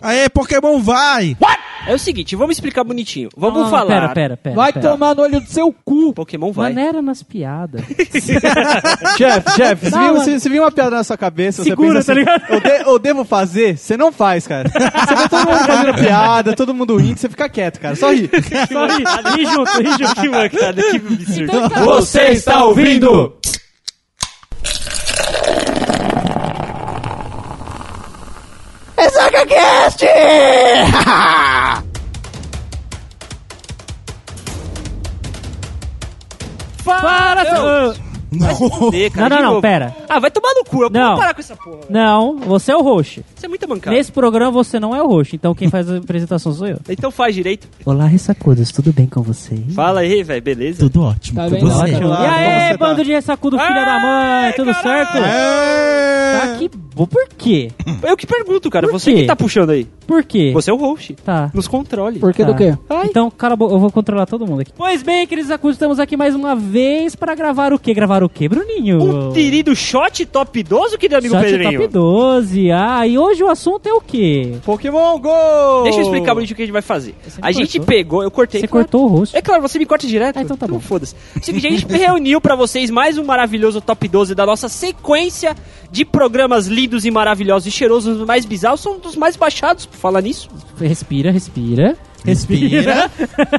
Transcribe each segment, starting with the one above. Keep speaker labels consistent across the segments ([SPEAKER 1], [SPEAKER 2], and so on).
[SPEAKER 1] Aê, Pokémon vai!
[SPEAKER 2] É o seguinte, vamos explicar bonitinho. Vamos
[SPEAKER 3] Não, não,
[SPEAKER 2] falar.
[SPEAKER 3] Pera, pera, pera.
[SPEAKER 4] Vai
[SPEAKER 3] pera.
[SPEAKER 4] tomar no olho do seu cu.
[SPEAKER 2] Pokémon vai.
[SPEAKER 3] Maneira nas piadas.
[SPEAKER 5] Jeff, Jeff, se
[SPEAKER 3] Não,
[SPEAKER 5] vir, um
[SPEAKER 3] mano.
[SPEAKER 5] se, se vir uma piada na sua cabeça,
[SPEAKER 3] Segura,
[SPEAKER 5] você pensa
[SPEAKER 3] tá
[SPEAKER 5] assim,
[SPEAKER 3] ligado?
[SPEAKER 5] eu, de- eu devo fazer? Você não faz, cara. Você vê todo mundo fazendo piada, todo mundo rindo, você fica quieto, cara. Só ri.
[SPEAKER 3] é Só ri, ri junto, ri junto.
[SPEAKER 2] Que mancada, que absurdo.
[SPEAKER 3] Então tá.
[SPEAKER 6] Você está ouvindo?
[SPEAKER 3] Para, seu-
[SPEAKER 2] Dê,
[SPEAKER 3] Não,
[SPEAKER 2] cara,
[SPEAKER 3] não,
[SPEAKER 2] de
[SPEAKER 3] não,
[SPEAKER 2] novo.
[SPEAKER 3] pera.
[SPEAKER 2] Ah, vai tomar no cu. Eu
[SPEAKER 3] Não.
[SPEAKER 2] vou parar com essa porra.
[SPEAKER 3] Não, você é o host.
[SPEAKER 2] Isso é muita mancada.
[SPEAKER 3] Nesse programa você não é o host, então quem faz a apresentação sou eu.
[SPEAKER 2] Então faz direito.
[SPEAKER 3] Olá, ressacudas, tudo bem com vocês?
[SPEAKER 2] Fala aí, velho, beleza?
[SPEAKER 1] Tudo ótimo.
[SPEAKER 4] Tá
[SPEAKER 1] com
[SPEAKER 4] bem,
[SPEAKER 1] você?
[SPEAKER 4] não,
[SPEAKER 3] e
[SPEAKER 4] cara.
[SPEAKER 3] aí,
[SPEAKER 5] como você
[SPEAKER 3] bando
[SPEAKER 5] tá?
[SPEAKER 3] de ressacudo, filha
[SPEAKER 2] Ai,
[SPEAKER 3] da mãe, tudo
[SPEAKER 2] caralho.
[SPEAKER 3] certo? Tá
[SPEAKER 1] Aê!
[SPEAKER 3] que bom. Por quê?
[SPEAKER 2] Eu que pergunto, cara.
[SPEAKER 3] Por
[SPEAKER 2] você
[SPEAKER 3] quê?
[SPEAKER 2] que tá puxando aí.
[SPEAKER 3] Por quê?
[SPEAKER 2] Você é o host.
[SPEAKER 3] Tá.
[SPEAKER 2] Nos controle.
[SPEAKER 4] Por que
[SPEAKER 3] Tá.
[SPEAKER 4] do quê?
[SPEAKER 2] Ai.
[SPEAKER 3] Então, cara, eu vou controlar todo mundo aqui. Pois bem, queridos acudos, estamos aqui mais uma vez pra gravar o quê? Gravar o quê, Bruninho?
[SPEAKER 2] Um tirido shot top idoso, que amigo
[SPEAKER 3] Shot
[SPEAKER 2] Pedrinho.
[SPEAKER 3] Top 12. Ah, e hoje o assunto é o quê?
[SPEAKER 5] Pokémon Go!
[SPEAKER 2] Deixa eu explicar bonitinho o que a gente vai fazer.
[SPEAKER 3] Você
[SPEAKER 2] A gente
[SPEAKER 3] cortou.
[SPEAKER 2] pegou, eu cortei.
[SPEAKER 3] é Você
[SPEAKER 2] claro.
[SPEAKER 3] cortou o rosto.
[SPEAKER 2] É claro, você me corta direto.
[SPEAKER 3] Ah, então tá bom.
[SPEAKER 2] Foda-se. Seguinte, a gente reuniu pra vocês mais um maravilhoso top 12 da nossa sequência de programas lindos e maravilhosos e cheirosos, os mais bizarros, são dos mais baixados, por falar nisso.
[SPEAKER 3] Respira, respira.
[SPEAKER 1] Respira.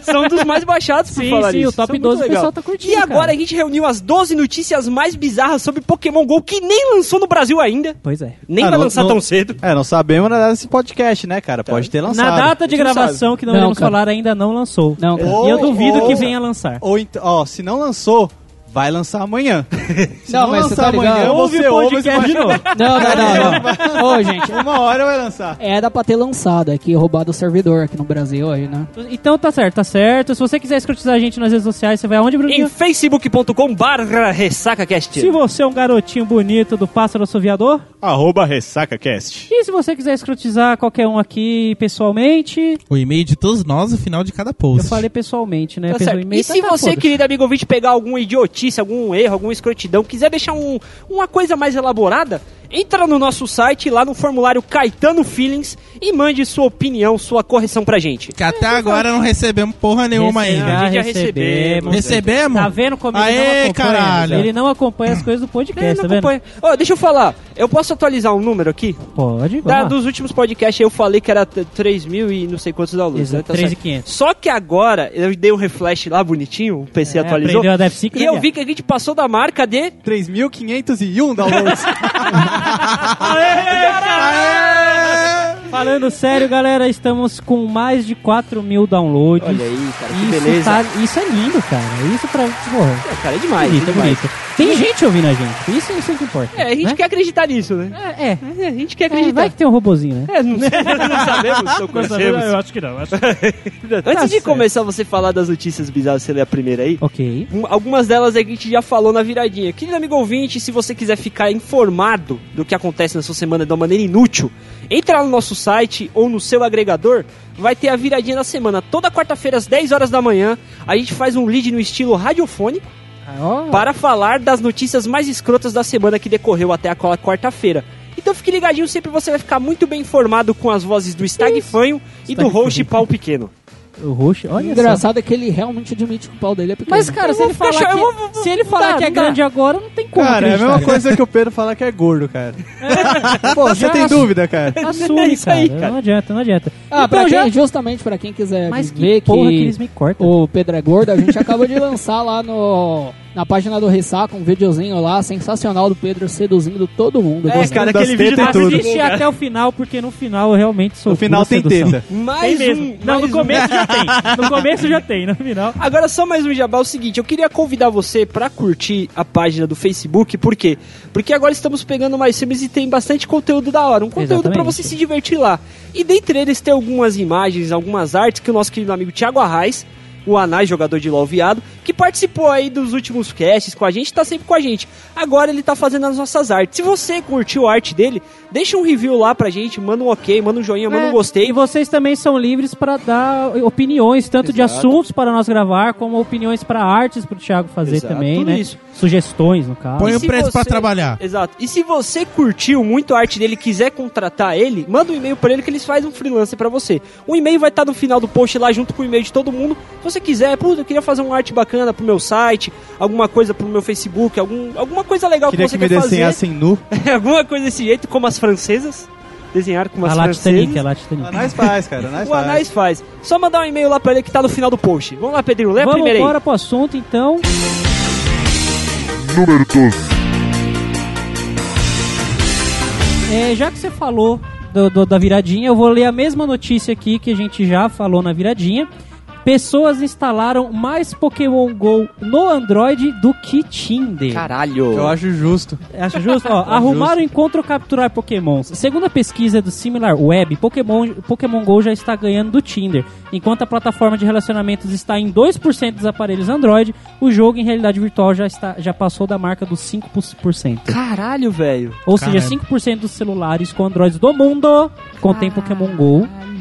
[SPEAKER 2] São dos mais baixados, por
[SPEAKER 3] Sim,
[SPEAKER 2] falar
[SPEAKER 3] sim,
[SPEAKER 2] nisso.
[SPEAKER 3] o top
[SPEAKER 2] São muito
[SPEAKER 3] 12 o
[SPEAKER 2] legal.
[SPEAKER 3] pessoal tá curtindo.
[SPEAKER 2] E agora
[SPEAKER 3] cara.
[SPEAKER 2] a gente reuniu as 12 notícias mais bizarras sobre Pokémon GO que nem lançou no Brasil ainda.
[SPEAKER 3] Pois é.
[SPEAKER 2] Nem
[SPEAKER 5] Ah,
[SPEAKER 2] vai
[SPEAKER 5] não-
[SPEAKER 2] lançar
[SPEAKER 5] não-
[SPEAKER 2] tão cedo.
[SPEAKER 5] É, não sabemos na data desse podcast, né, cara? Pode ter lançado.
[SPEAKER 3] Na data de
[SPEAKER 5] A gente não
[SPEAKER 3] gravação, que não,
[SPEAKER 4] Não,
[SPEAKER 3] iremos
[SPEAKER 4] cara.
[SPEAKER 3] falar, ainda não lançou.
[SPEAKER 4] Não, cara.
[SPEAKER 5] Ou-
[SPEAKER 3] e eu duvido
[SPEAKER 5] ou-
[SPEAKER 3] que venha lançar.
[SPEAKER 5] sabe. Ou então, ó, se não lançou, vai lançar amanhã. Se
[SPEAKER 4] Não,
[SPEAKER 5] não,
[SPEAKER 4] mas você
[SPEAKER 5] lançar
[SPEAKER 4] tá ligado?
[SPEAKER 5] amanhã,
[SPEAKER 3] Ouve
[SPEAKER 5] você
[SPEAKER 3] o
[SPEAKER 5] ouve esse
[SPEAKER 3] podcast de
[SPEAKER 5] podcast.
[SPEAKER 3] novo.
[SPEAKER 4] Não, não, não, não. Ô, gente,
[SPEAKER 5] Uma hora vai lançar.
[SPEAKER 4] era pra ter lançado aqui, roubado o servidor aqui no Brasil aí, né?
[SPEAKER 3] Então tá certo, tá certo. Se você quiser escrotizar a gente nas redes sociais, você vai aonde, Bruninho?
[SPEAKER 2] Em facebook.com barra ressacacast.
[SPEAKER 3] Se você é um garotinho bonito do pássaro assoviador.
[SPEAKER 5] Arroba RessacaCast.
[SPEAKER 3] E se você quiser escrotizar qualquer um aqui pessoalmente.
[SPEAKER 1] O e-mail de todos nós no final de cada
[SPEAKER 3] Eu
[SPEAKER 1] post.
[SPEAKER 3] falei pessoalmente, né?
[SPEAKER 2] Tá
[SPEAKER 3] Fez um
[SPEAKER 2] certo.
[SPEAKER 3] e-mail,
[SPEAKER 2] E
[SPEAKER 3] tá,
[SPEAKER 2] se
[SPEAKER 3] tá,
[SPEAKER 2] você,
[SPEAKER 3] foda-se.
[SPEAKER 2] querido amigo ouvinte, pegar alguma idiotice, algum erro, alguma escrotidão, quiser deixar um- uma coisa mais elaborada, entra no nosso site, lá no formulário Caetano Feelings, e mande sua opinião, sua correção pra gente.
[SPEAKER 1] Que até agora não recebemos porra nenhuma
[SPEAKER 3] Recebemos,
[SPEAKER 1] ainda.
[SPEAKER 2] A gente já
[SPEAKER 3] recebemos.
[SPEAKER 1] Recebemos?
[SPEAKER 3] Tá vendo como ele
[SPEAKER 1] Aê,
[SPEAKER 3] não acompanha?
[SPEAKER 1] caralho.
[SPEAKER 3] Ele não acompanha as coisas do podcast,
[SPEAKER 2] É, não
[SPEAKER 3] tá vendo?
[SPEAKER 2] acompanha. Ó, deixa eu falar, eu posso atualizar um número aqui?
[SPEAKER 3] Pode, vai.
[SPEAKER 2] Da,
[SPEAKER 3] lá.
[SPEAKER 2] dos últimos podcasts eu falei que era t- 3 mil e não sei quantos downloads, né?
[SPEAKER 3] Exato,
[SPEAKER 2] Tá
[SPEAKER 3] 3.500.
[SPEAKER 2] certo. Só que agora eu dei um refresh lá bonitinho, o PC
[SPEAKER 3] É,
[SPEAKER 2] atualizou.
[SPEAKER 3] aprendeu a Dev Secret,
[SPEAKER 2] E eu
[SPEAKER 3] né?
[SPEAKER 2] vi que a gente passou da marca de
[SPEAKER 5] 3.501 downloads.
[SPEAKER 3] Falando sério, galera, estamos com mais de 4 mil downloads.
[SPEAKER 2] Olha aí, cara, que
[SPEAKER 3] isso,
[SPEAKER 2] beleza.
[SPEAKER 3] tá- isso é lindo, cara. Isso pra. Porra,
[SPEAKER 2] Cara, é demais,
[SPEAKER 3] bonito, tá
[SPEAKER 2] é demais.
[SPEAKER 3] bonito. Tem gente ouvindo a gente. Isso, isso é o que importa.
[SPEAKER 2] É, a gente
[SPEAKER 3] né?
[SPEAKER 2] quer acreditar nisso, né?
[SPEAKER 3] É, é.
[SPEAKER 2] É, A gente quer
[SPEAKER 3] É,
[SPEAKER 2] acreditar.
[SPEAKER 3] Vai que tem um robozinho, né?
[SPEAKER 2] É, não, não sabemos, não conhecemos.
[SPEAKER 3] acho que não.
[SPEAKER 2] Antes de
[SPEAKER 3] Tá certo.
[SPEAKER 2] começar você falar das notícias bizarras, você lê a primeira aí?
[SPEAKER 3] Ok.
[SPEAKER 2] Um- Algumas delas é que a gente já falou na viradinha. Querido amigo ouvinte, se você quiser ficar informado do que acontece na sua semana de uma maneira inútil, entra lá no nosso site ou no seu agregador, vai ter a viradinha da semana. Toda quarta-feira, às 10 horas da manhã, a gente faz um lead no estilo radiofônico
[SPEAKER 3] Ah,
[SPEAKER 2] para falar das notícias mais escrotas da semana que decorreu até aquela quarta-feira. Então fique ligadinho, sempre você vai ficar muito bem informado com as vozes do Stagfanho e do host Pau Pequeno.
[SPEAKER 3] O roxo, olha só.
[SPEAKER 4] Engraçado é que ele realmente admite que o pau dele é pequeno.
[SPEAKER 3] Mas, cara,
[SPEAKER 2] Eu
[SPEAKER 3] se
[SPEAKER 2] vou
[SPEAKER 3] ele
[SPEAKER 2] ficar
[SPEAKER 3] falar
[SPEAKER 2] cho-
[SPEAKER 3] que,
[SPEAKER 2] eu vou- Tá, vou-
[SPEAKER 3] se ele
[SPEAKER 2] não
[SPEAKER 3] falar
[SPEAKER 2] dá,
[SPEAKER 3] que é
[SPEAKER 2] não dá.
[SPEAKER 3] grande agora, não tem como.
[SPEAKER 5] Cara, é a
[SPEAKER 3] acreditar,
[SPEAKER 5] mesma coisa que o Pedro falar que é gordo, cara.
[SPEAKER 1] É.
[SPEAKER 5] Pô, você
[SPEAKER 3] Já
[SPEAKER 5] tem
[SPEAKER 3] assu-
[SPEAKER 5] dúvida, cara?
[SPEAKER 3] Assume,
[SPEAKER 2] É isso
[SPEAKER 3] cara.
[SPEAKER 2] aí, cara.
[SPEAKER 3] Não adianta, não adianta.
[SPEAKER 4] ah, pra
[SPEAKER 3] então já-
[SPEAKER 4] quem, justamente pra quem quiser
[SPEAKER 3] Mas
[SPEAKER 4] ver
[SPEAKER 3] que porra que eles me cortam.
[SPEAKER 4] o Pedro é gordo, a gente acabou de lançar lá no na página do Ressaca um videozinho lá sensacional do Pedro seduzindo todo mundo.
[SPEAKER 2] É,
[SPEAKER 4] Gostei.
[SPEAKER 2] cara,
[SPEAKER 5] das
[SPEAKER 2] aquele vídeo
[SPEAKER 5] tetas e
[SPEAKER 2] tá
[SPEAKER 5] tudo.
[SPEAKER 3] Assiste até o final, porque no final eu realmente sou
[SPEAKER 5] No final
[SPEAKER 3] pura
[SPEAKER 5] tem
[SPEAKER 3] sedução.
[SPEAKER 5] teta.
[SPEAKER 3] Tem
[SPEAKER 2] Mais
[SPEAKER 3] mesmo.
[SPEAKER 2] um,
[SPEAKER 3] não, no
[SPEAKER 2] mais um.
[SPEAKER 3] começo já tem. No começo já tem, no final.
[SPEAKER 2] Agora só mais um jabá, é o seguinte, eu queria convidar você pra curtir a página do Facebook, por quê? Porque agora estamos pegando mais filmes e tem bastante conteúdo da hora, um conteúdo pra
[SPEAKER 3] Exatamente.
[SPEAKER 2] você se divertir lá. E dentre eles tem algumas imagens, algumas artes que o nosso querido amigo Thiago Arraes, o Anais, jogador de LOL viado, que participou aí dos últimos casts com a gente, tá sempre com a gente. Agora ele tá fazendo as nossas artes. Se você curtiu a arte dele, deixa um review lá pra gente, manda um ok, manda um joinha, manda um
[SPEAKER 3] É,
[SPEAKER 2] gostei.
[SPEAKER 3] E vocês também são livres para dar opiniões, tanto de
[SPEAKER 5] Exato.
[SPEAKER 3] assuntos para nós gravar, como opiniões para artes para o Thiago fazer
[SPEAKER 2] Exato,
[SPEAKER 3] também,
[SPEAKER 2] tudo
[SPEAKER 3] né?
[SPEAKER 2] isso.
[SPEAKER 3] Sugestões, no caso.
[SPEAKER 1] Põe
[SPEAKER 2] E
[SPEAKER 1] o
[SPEAKER 2] se
[SPEAKER 1] preço pra
[SPEAKER 2] você-
[SPEAKER 1] trabalhar.
[SPEAKER 2] Exato. E se você curtiu muito a arte dele e quiser contratar ele, manda um e-mail pra ele que eles fazem um freelancer pra você. O e-mail vai estar no final do post lá junto com o e-mail de todo mundo. Se você quiser, puta, eu queria fazer uma arte bacana pro meu site, alguma coisa pro meu Facebook, algum, alguma coisa legal
[SPEAKER 5] Queria
[SPEAKER 2] que
[SPEAKER 5] que
[SPEAKER 2] você
[SPEAKER 5] me
[SPEAKER 2] quer fazer.
[SPEAKER 5] desenhassem nu.
[SPEAKER 2] alguma coisa desse jeito, como as francesas. Desenhar com
[SPEAKER 3] a
[SPEAKER 2] as
[SPEAKER 3] Latitanic, a
[SPEAKER 2] francesas.
[SPEAKER 3] Latitanic.
[SPEAKER 5] Nós faz, cara. Nós
[SPEAKER 2] O Anais
[SPEAKER 5] faz.
[SPEAKER 2] faz. Só mandar um e-mail lá pra ele que tá no final do post. Vamos lá, Pedrinho, lê a
[SPEAKER 3] Vamos
[SPEAKER 2] primeira aí.
[SPEAKER 3] embora pro assunto, então.
[SPEAKER 6] número 12,
[SPEAKER 3] É, já que você falou do- do- da viradinha, eu vou ler a mesma notícia aqui que a gente já falou na viradinha. Pessoas instalaram mais Pokémon GO no Android do que Tinder.
[SPEAKER 2] Caralho.
[SPEAKER 5] Eu acho justo.
[SPEAKER 3] Acho justo? Ó, arrumar o encontro capturar pokémons. Segundo a pesquisa do SimilarWeb, Pokémon, Pokémon GO já está ganhando do Tinder. Enquanto a plataforma de relacionamentos está em 2% dos aparelhos Android, o jogo em realidade virtual já, está, já passou da marca dos 5%.
[SPEAKER 2] Caralho, velho.
[SPEAKER 3] Ou
[SPEAKER 1] Caralho.
[SPEAKER 3] seja, 5% dos celulares com Androids do mundo contém Pokémon GO.
[SPEAKER 2] Caralho.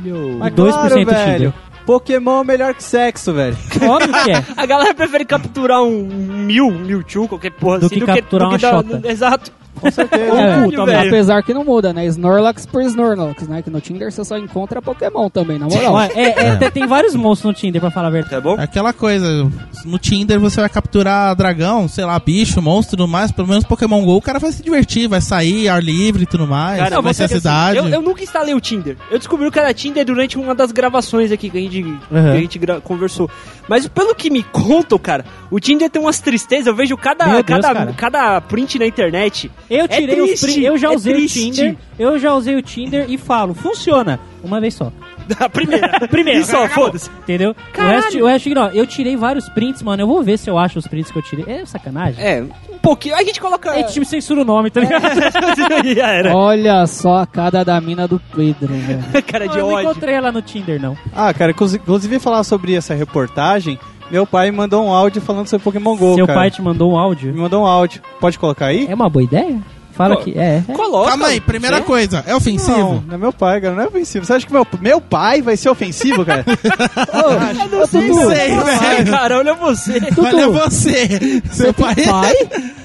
[SPEAKER 3] E 2%
[SPEAKER 5] velho. Pokémon é melhor que sexo, velho.
[SPEAKER 3] Óbvio que é.
[SPEAKER 2] A galera prefere capturar um mil, um Mewtwo, qualquer porra
[SPEAKER 3] Do
[SPEAKER 2] assim,
[SPEAKER 3] que capturar
[SPEAKER 2] do que
[SPEAKER 3] uma
[SPEAKER 2] dar- um,
[SPEAKER 3] chota.
[SPEAKER 2] Exato.
[SPEAKER 5] Com certeza.
[SPEAKER 2] Caralho,
[SPEAKER 3] puta,
[SPEAKER 2] velho.
[SPEAKER 4] Apesar que não muda, né? Snorlax por Snorlax, né? Que no Tinder você só encontra Pokémon também, na
[SPEAKER 3] Ó,
[SPEAKER 4] moral.
[SPEAKER 3] é, é, tem- Tem vários monstros no Tinder, pra falar a verdade.
[SPEAKER 2] Tá bom?
[SPEAKER 1] É Aquela coisa, no Tinder você vai capturar dragão, sei lá, bicho, monstro e tudo mais, pelo menos Pokémon GO, o cara vai se divertir, vai sair, ar livre e tudo mais,
[SPEAKER 2] Cara,
[SPEAKER 1] vai ser a
[SPEAKER 2] assim,
[SPEAKER 1] cidade.
[SPEAKER 2] Eu, eu nunca instalei o Tinder. Eu descobri o cara Tinder durante uma das gravações aqui que a gente, que a gente gra- conversou. Mas pelo que me contam, cara, o Tinder tem umas tristezas. Eu vejo cada,
[SPEAKER 3] Meu Deus,
[SPEAKER 2] cada,
[SPEAKER 3] cara.
[SPEAKER 2] cada print na internet.
[SPEAKER 3] Eu tirei os
[SPEAKER 2] É triste,
[SPEAKER 3] print, eu já
[SPEAKER 2] é
[SPEAKER 3] usei o
[SPEAKER 2] triste.
[SPEAKER 3] Tinder, eu já usei o Tinder e falo, funciona. Uma vez só.
[SPEAKER 2] A primeira.
[SPEAKER 3] Primeiro.
[SPEAKER 2] E só, foda-se.
[SPEAKER 3] Entendeu? O
[SPEAKER 2] Caralho.
[SPEAKER 3] resto, o resto ignora. Eu tirei vários prints, mano. Eu vou ver se eu acho os prints que eu tirei. É sacanagem.
[SPEAKER 2] É, um pouquinho. A gente coloca.
[SPEAKER 3] A gente me censura o nome,
[SPEAKER 2] É,
[SPEAKER 3] tá ligado?
[SPEAKER 2] Já era.
[SPEAKER 4] Olha só a cara da mina do Pedro, velho.
[SPEAKER 2] Cara é de
[SPEAKER 3] eu não
[SPEAKER 2] ódio.
[SPEAKER 3] encontrei ela no Tinder, não.
[SPEAKER 5] Ah, cara, inclusi- inclusive falar sobre essa reportagem, meu pai mandou um áudio falando sobre Pokémon GO,
[SPEAKER 3] Seu
[SPEAKER 5] cara.
[SPEAKER 3] pai te mandou um
[SPEAKER 5] Me
[SPEAKER 3] áudio.
[SPEAKER 5] mandou um áudio. Pode colocar aí?
[SPEAKER 3] É uma boa ideia? Fala
[SPEAKER 2] Pô,
[SPEAKER 3] que. É. é.
[SPEAKER 2] Coloca.
[SPEAKER 1] Calma aí, primeira
[SPEAKER 2] Sim.
[SPEAKER 1] coisa, é
[SPEAKER 5] Não,
[SPEAKER 1] ofensivo?
[SPEAKER 5] não é meu pai, cara, não é ofensivo. Você acha que meu, meu pai vai ser ofensivo, cara?
[SPEAKER 2] Eu não sei,
[SPEAKER 1] Não
[SPEAKER 2] não.
[SPEAKER 1] sei,
[SPEAKER 2] Ai,
[SPEAKER 1] velho.
[SPEAKER 2] cara, olha você.
[SPEAKER 1] Olha você, seu pai.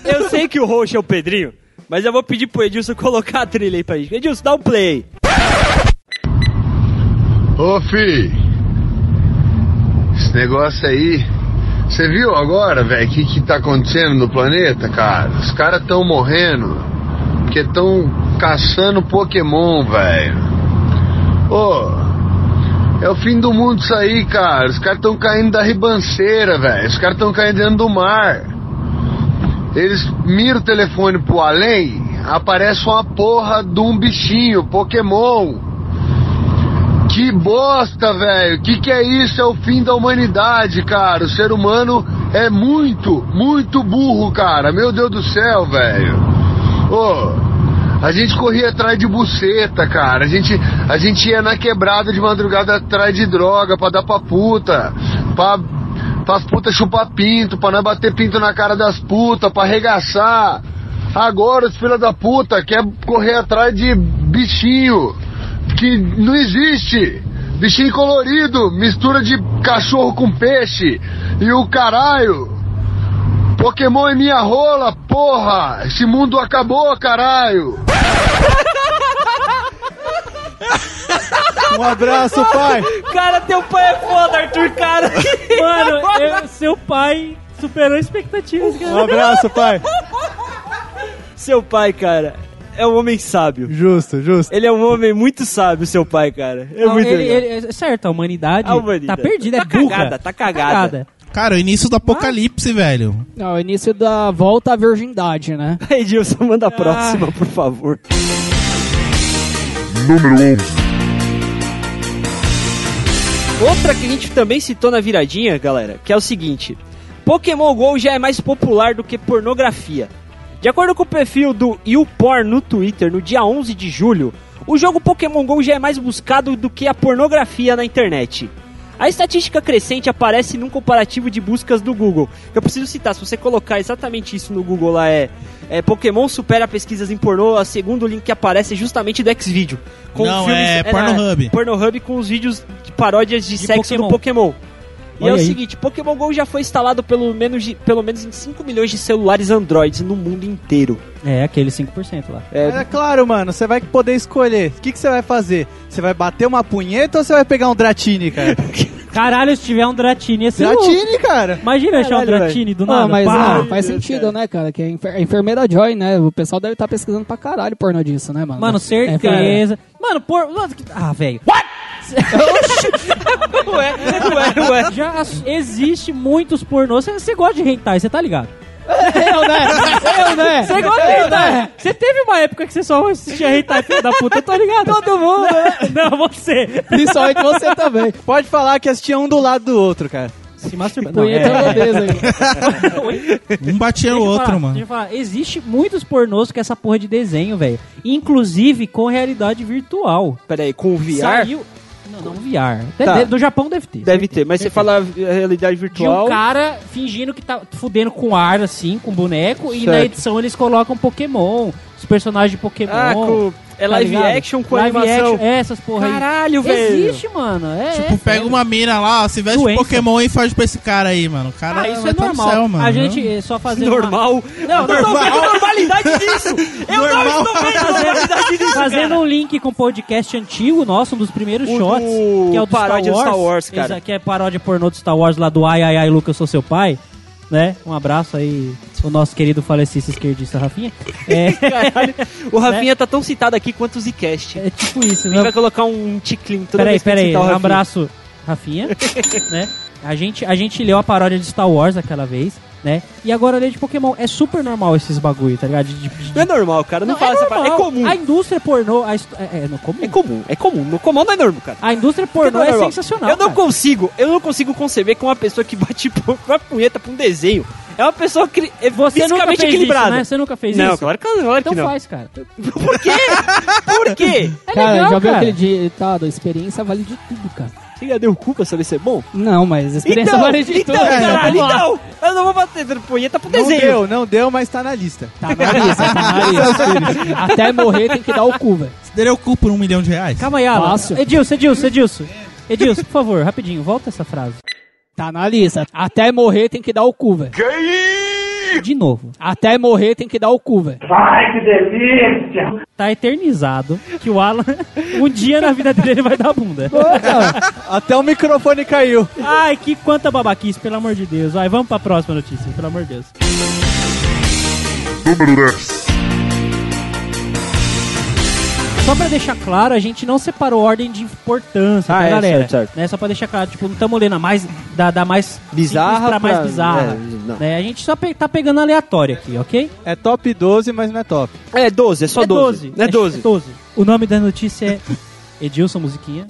[SPEAKER 2] Eu sei que o host é o Pedrinho, mas eu vou pedir pro Edilson colocar a trilha aí pra gente. Edilson, dá um play. aí.
[SPEAKER 7] Ô, fi, esse negócio aí. Você viu agora, velho, o que, que tá acontecendo no planeta, cara? Os caras tão morrendo porque tão caçando Pokémon, velho. Ô, é o fim do mundo isso aí, cara. Os caras tão caindo da ribanceira, velho. Os caras tão caindo dentro do mar. Eles miram o telefone pro além, aparece uma porra de um bichinho, Pokémon. Que bosta, velho. Que que é isso? É o fim da humanidade, cara. O ser humano é muito, muito burro, cara. Meu Deus do céu, velho. Ô, a gente corria atrás de buceta, cara. A gente, a gente ia na quebrada de madrugada atrás de droga pra dar pra puta. Pra, pras putas chupar pinto, pra não bater pinto na cara das putas, pra arregaçar. Agora os filhos da puta quer correr atrás de bichinho que não existe. Bichinho colorido, mistura de cachorro com peixe e o caralho. Pokémon é minha rola, porra! Esse mundo acabou, caralho!
[SPEAKER 5] um abraço, pai!
[SPEAKER 2] Cara, teu pai é foda, Arthur, cara.
[SPEAKER 3] Mano, eu- seu pai superou expectativas,
[SPEAKER 5] Um
[SPEAKER 3] cara.
[SPEAKER 5] abraço, pai!
[SPEAKER 2] Seu pai, cara, é um homem sábio.
[SPEAKER 5] Justo, justo.
[SPEAKER 2] Ele é um homem muito sábio, seu pai, cara. É muito
[SPEAKER 3] ele,
[SPEAKER 2] legal.
[SPEAKER 3] ele- é certo, a humanidade,
[SPEAKER 2] A humanidade.
[SPEAKER 3] tá perdida, é
[SPEAKER 2] Tá
[SPEAKER 3] burra.
[SPEAKER 2] cagada, tá cagada.
[SPEAKER 1] Cara, o início do apocalipse, velho.
[SPEAKER 4] É o início da volta à virgindade, né?
[SPEAKER 2] Edilson, manda a próxima, por favor.
[SPEAKER 6] número 11,
[SPEAKER 2] Outra que a gente também citou na viradinha, galera, que é o seguinte: Pokémon GO já é mais popular do que pornografia. De acordo com o perfil do YouPorn no Twitter, no dia 11 de julho, o jogo Pokémon GO já é mais buscado do que a pornografia na internet. A estatística crescente aparece num comparativo de buscas do Google. Eu preciso citar, se você colocar exatamente isso no Google lá é, é Pokémon supera pesquisas em pornô, a segundo link que aparece é justamente do Xvideo.
[SPEAKER 1] Não, é Pornhub.
[SPEAKER 2] na- Pornhub com os vídeos de paródias de,
[SPEAKER 3] De
[SPEAKER 2] sexo do Pokémon. E
[SPEAKER 3] Olha
[SPEAKER 2] é o
[SPEAKER 3] aí.
[SPEAKER 2] seguinte, Pokémon GO já foi instalado pelo menos, de- pelo menos em 5 milhões de celulares Androids no mundo inteiro.
[SPEAKER 3] É, aquele 5% lá.
[SPEAKER 2] É,
[SPEAKER 5] É claro, mano, você vai poder escolher. O que, que você vai fazer? Você vai bater uma punheta ou você vai pegar um Dratini, cara?
[SPEAKER 3] Caralho, se tiver um Dratini, ia ser louco.
[SPEAKER 5] Dratini, cara!
[SPEAKER 3] Imagina achar um
[SPEAKER 5] Caralho,
[SPEAKER 3] Dratini do nada.
[SPEAKER 4] Ah, mas
[SPEAKER 3] pá.
[SPEAKER 4] ah, faz sentido, né, cara? Que a, enfer- a enfermeira Joy, né? O pessoal deve estar pesquisando pra caralho pornô disso, né, mano?
[SPEAKER 3] Mano,
[SPEAKER 4] É,
[SPEAKER 3] certeza. mano, por... mano, que- Ah, velho.
[SPEAKER 2] ué, ué, ué.
[SPEAKER 3] Já as- existe muitos pornôs. Você gosta de hentai, você tá ligado?
[SPEAKER 4] cara. eu, né? Eu, né?
[SPEAKER 3] Você gosta de hentai. Você teve uma época que você só assistia hentai, filho da puta. Eu tô ligado. Todo mundo, né? Não, você.
[SPEAKER 4] Principalmente você também.
[SPEAKER 5] Pode falar que assistia um do lado do outro, cara.
[SPEAKER 3] Se é. masturbando.
[SPEAKER 4] Punheta holandesa aí.
[SPEAKER 1] Um batia no
[SPEAKER 3] Deixa eu
[SPEAKER 1] outro,
[SPEAKER 3] falar,
[SPEAKER 1] mano.
[SPEAKER 3] Deixa eu falar. Existe muitos pornôs com essa porra de desenho, velho. Inclusive com realidade virtual.
[SPEAKER 2] Pera aí, com o VR?
[SPEAKER 3] Saiu... Não, não VR. De-
[SPEAKER 2] Tá.
[SPEAKER 3] de- do Japão deve ter.
[SPEAKER 2] Deve ter, mas você fala a realidade
[SPEAKER 3] De um
[SPEAKER 2] virtual.
[SPEAKER 3] cara fingindo que tá fudendo com ar, assim, com boneco. E na
[SPEAKER 2] Certo.
[SPEAKER 3] edição eles colocam Pokémon. Os personagens de Pokémon.
[SPEAKER 2] Ah, com, é
[SPEAKER 3] tá
[SPEAKER 2] live
[SPEAKER 3] ligado?
[SPEAKER 2] action com
[SPEAKER 3] Live
[SPEAKER 2] animação.
[SPEAKER 3] action, é, essas porra aí.
[SPEAKER 2] Caralho, velho.
[SPEAKER 3] Existe, mano. É,
[SPEAKER 1] Tipo,
[SPEAKER 3] é
[SPEAKER 1] pega
[SPEAKER 3] sério.
[SPEAKER 1] uma mina lá, ó, se veste de
[SPEAKER 3] Doença.
[SPEAKER 1] Pokémon e faz pra esse cara aí, mano. O cara
[SPEAKER 3] Ah, isso
[SPEAKER 1] vai
[SPEAKER 3] é
[SPEAKER 1] tá no
[SPEAKER 3] normal.
[SPEAKER 1] céu, mano.
[SPEAKER 3] a gente eh, só fazer
[SPEAKER 2] Normal. Não, não tô vendo normalidade disso. Eu
[SPEAKER 1] Normal.
[SPEAKER 2] não estou vendo normalidade
[SPEAKER 3] Fazendo,
[SPEAKER 2] disso.
[SPEAKER 3] fazendo um link com o podcast antigo nosso, um dos primeiros
[SPEAKER 2] O
[SPEAKER 3] shots,
[SPEAKER 2] do
[SPEAKER 3] que é o do
[SPEAKER 2] paródia do
[SPEAKER 3] Star
[SPEAKER 2] Star
[SPEAKER 3] Wars.
[SPEAKER 2] Wars, cara.
[SPEAKER 3] Exa- que é paródia pornô do Star Wars lá do Ai Ai Ai Luke, eu sou seu pai. Né? Um abraço aí, o nosso querido falecido esquerdista Rafinha. É,
[SPEAKER 2] Caralho, o Rafinha tá tão citado aqui quanto o Zcast.
[SPEAKER 3] Né? é tipo isso,
[SPEAKER 2] Ele
[SPEAKER 3] né?
[SPEAKER 2] vai colocar um ticlin toda
[SPEAKER 3] Peraí,
[SPEAKER 2] vez que tá ele
[SPEAKER 3] peraí,
[SPEAKER 2] citar o
[SPEAKER 3] um
[SPEAKER 2] Rafinha.
[SPEAKER 3] abraço, Rafinha, né? A gente, a gente leu a paródia de Star Wars aquela vez, né? E agora lê de Pokémon. É super normal esses bagulho, tá ligado? De- de- de-
[SPEAKER 2] Não é normal, cara. Não, fala essa parada. É
[SPEAKER 3] normal.
[SPEAKER 2] comum.
[SPEAKER 3] A indústria pornô. A histó- é, é, não, comum.
[SPEAKER 2] É comum, é comum. No comum não é normal, cara.
[SPEAKER 3] A indústria
[SPEAKER 2] Porque
[SPEAKER 3] pornô é,
[SPEAKER 2] normal.
[SPEAKER 3] sensacional.
[SPEAKER 2] Eu não
[SPEAKER 3] cara.
[SPEAKER 2] consigo, eu não consigo conceber que uma pessoa que bate pu- uma punheta pra um desenho é uma pessoa cri- é
[SPEAKER 3] Você nunca
[SPEAKER 2] fisicamente
[SPEAKER 3] fez
[SPEAKER 2] equilibrada.
[SPEAKER 3] isso, né? Você nunca fez
[SPEAKER 2] não,
[SPEAKER 3] isso?
[SPEAKER 2] claro que, claro que
[SPEAKER 3] Então
[SPEAKER 2] não.
[SPEAKER 3] faz, cara.
[SPEAKER 2] Por quê? Por quê?
[SPEAKER 3] É
[SPEAKER 4] cara,
[SPEAKER 3] legal,
[SPEAKER 4] já viu
[SPEAKER 3] cara.
[SPEAKER 4] aquele ditado? Experiência vale de tudo, cara.
[SPEAKER 2] Você já deu cu pra saber se é bom?
[SPEAKER 4] Não, mas experiência
[SPEAKER 2] Então,
[SPEAKER 4] vale de
[SPEAKER 2] então,
[SPEAKER 4] tudo. cara.
[SPEAKER 2] caralho,
[SPEAKER 4] Vamos lá.
[SPEAKER 2] então, eu não vou bater punheta pro
[SPEAKER 5] Não
[SPEAKER 2] desenho.
[SPEAKER 5] deu, não deu, mas tá na lista.
[SPEAKER 4] Tá na lista, tá na lista. Até morrer tem que dar o cu, velho.
[SPEAKER 1] Daria o cu por um milhão de reais.
[SPEAKER 3] Calma aí, Alan.
[SPEAKER 4] Fácil.
[SPEAKER 3] Edilson, Edilson, Edilson. Edilson, por favor, rapidinho, volta essa frase.
[SPEAKER 4] Tá na lista. Até morrer tem que dar o cu, velho.
[SPEAKER 3] De novo.
[SPEAKER 4] Até morrer tem que dar o cu, velho.
[SPEAKER 3] Tá eternizado que o Alan, um dia na vida dele, vai dar bunda.
[SPEAKER 5] Até o microfone caiu.
[SPEAKER 3] Ai, que quanta babaquice, pelo amor de Deus. Vai, vamos pra próxima notícia, pelo amor de Deus. Só pra deixar claro, a gente não separou ordem de importância,
[SPEAKER 2] Ah,
[SPEAKER 3] tá,
[SPEAKER 2] é,
[SPEAKER 3] galera?
[SPEAKER 2] certo, certo.
[SPEAKER 3] Né, Só pra deixar claro, tipo, não estamos lendo a mais, da, da mais
[SPEAKER 2] Bizarra
[SPEAKER 3] simples pra mais
[SPEAKER 2] pra-
[SPEAKER 3] bizarra.
[SPEAKER 2] é, não.
[SPEAKER 3] Né, A gente só pe- tá pegando aleatório aqui, ok?
[SPEAKER 5] É top 12, mas não é top.
[SPEAKER 2] É 12, é só 12. É 12.
[SPEAKER 3] É 12. O nome da notícia é Edilson Musiquinha.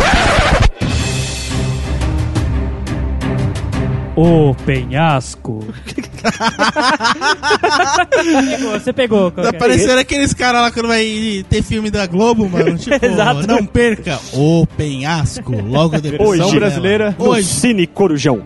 [SPEAKER 3] O penhasco. você pegou, é?
[SPEAKER 1] Tá
[SPEAKER 3] você pegou. qualquer.
[SPEAKER 1] parecendo aqueles caras lá quando vai ter filme da Globo, mano. Tipo,
[SPEAKER 2] Exato.
[SPEAKER 1] não perca o penhasco logo depois.
[SPEAKER 2] Hoje,
[SPEAKER 1] da novela.
[SPEAKER 5] brasileira.
[SPEAKER 2] No
[SPEAKER 1] Hoje.
[SPEAKER 2] Cine Corujão.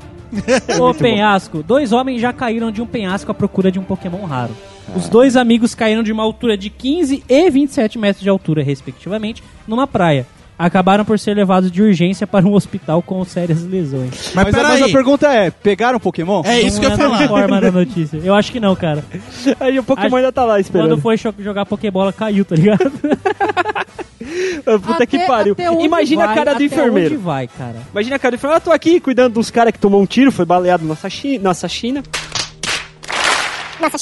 [SPEAKER 3] O penhasco. Dois homens já caíram de um penhasco à procura de um Pokémon raro. Os dois amigos caíram de uma altura de 15 e 27 metros de altura, respectivamente, numa praia. Acabaram por ser levados de urgência para um hospital com sérias lesões.
[SPEAKER 1] Mas,
[SPEAKER 5] Mas, a- mas a
[SPEAKER 1] peraí.
[SPEAKER 5] pergunta é, pegaram Pokémon?
[SPEAKER 1] É isso que eu
[SPEAKER 3] Não
[SPEAKER 1] ia
[SPEAKER 3] é da
[SPEAKER 1] falar.
[SPEAKER 3] forma na notícia. Eu acho que não, cara.
[SPEAKER 2] Aí o Pokémon
[SPEAKER 3] Acho-
[SPEAKER 2] ainda tá lá
[SPEAKER 3] Quando
[SPEAKER 2] esperando.
[SPEAKER 3] foi cho- jogar Pokébola, caiu, tá ligado?
[SPEAKER 2] Puta que pariu. Imagina a cara do enfermeiro.
[SPEAKER 3] Onde vai, cara?
[SPEAKER 2] Imagina a cara do enfermeiro. Ah, tô aqui cuidando dos caras que tomou um tiro, foi baleado na Sachi- na Sachina.
[SPEAKER 7] Nossa,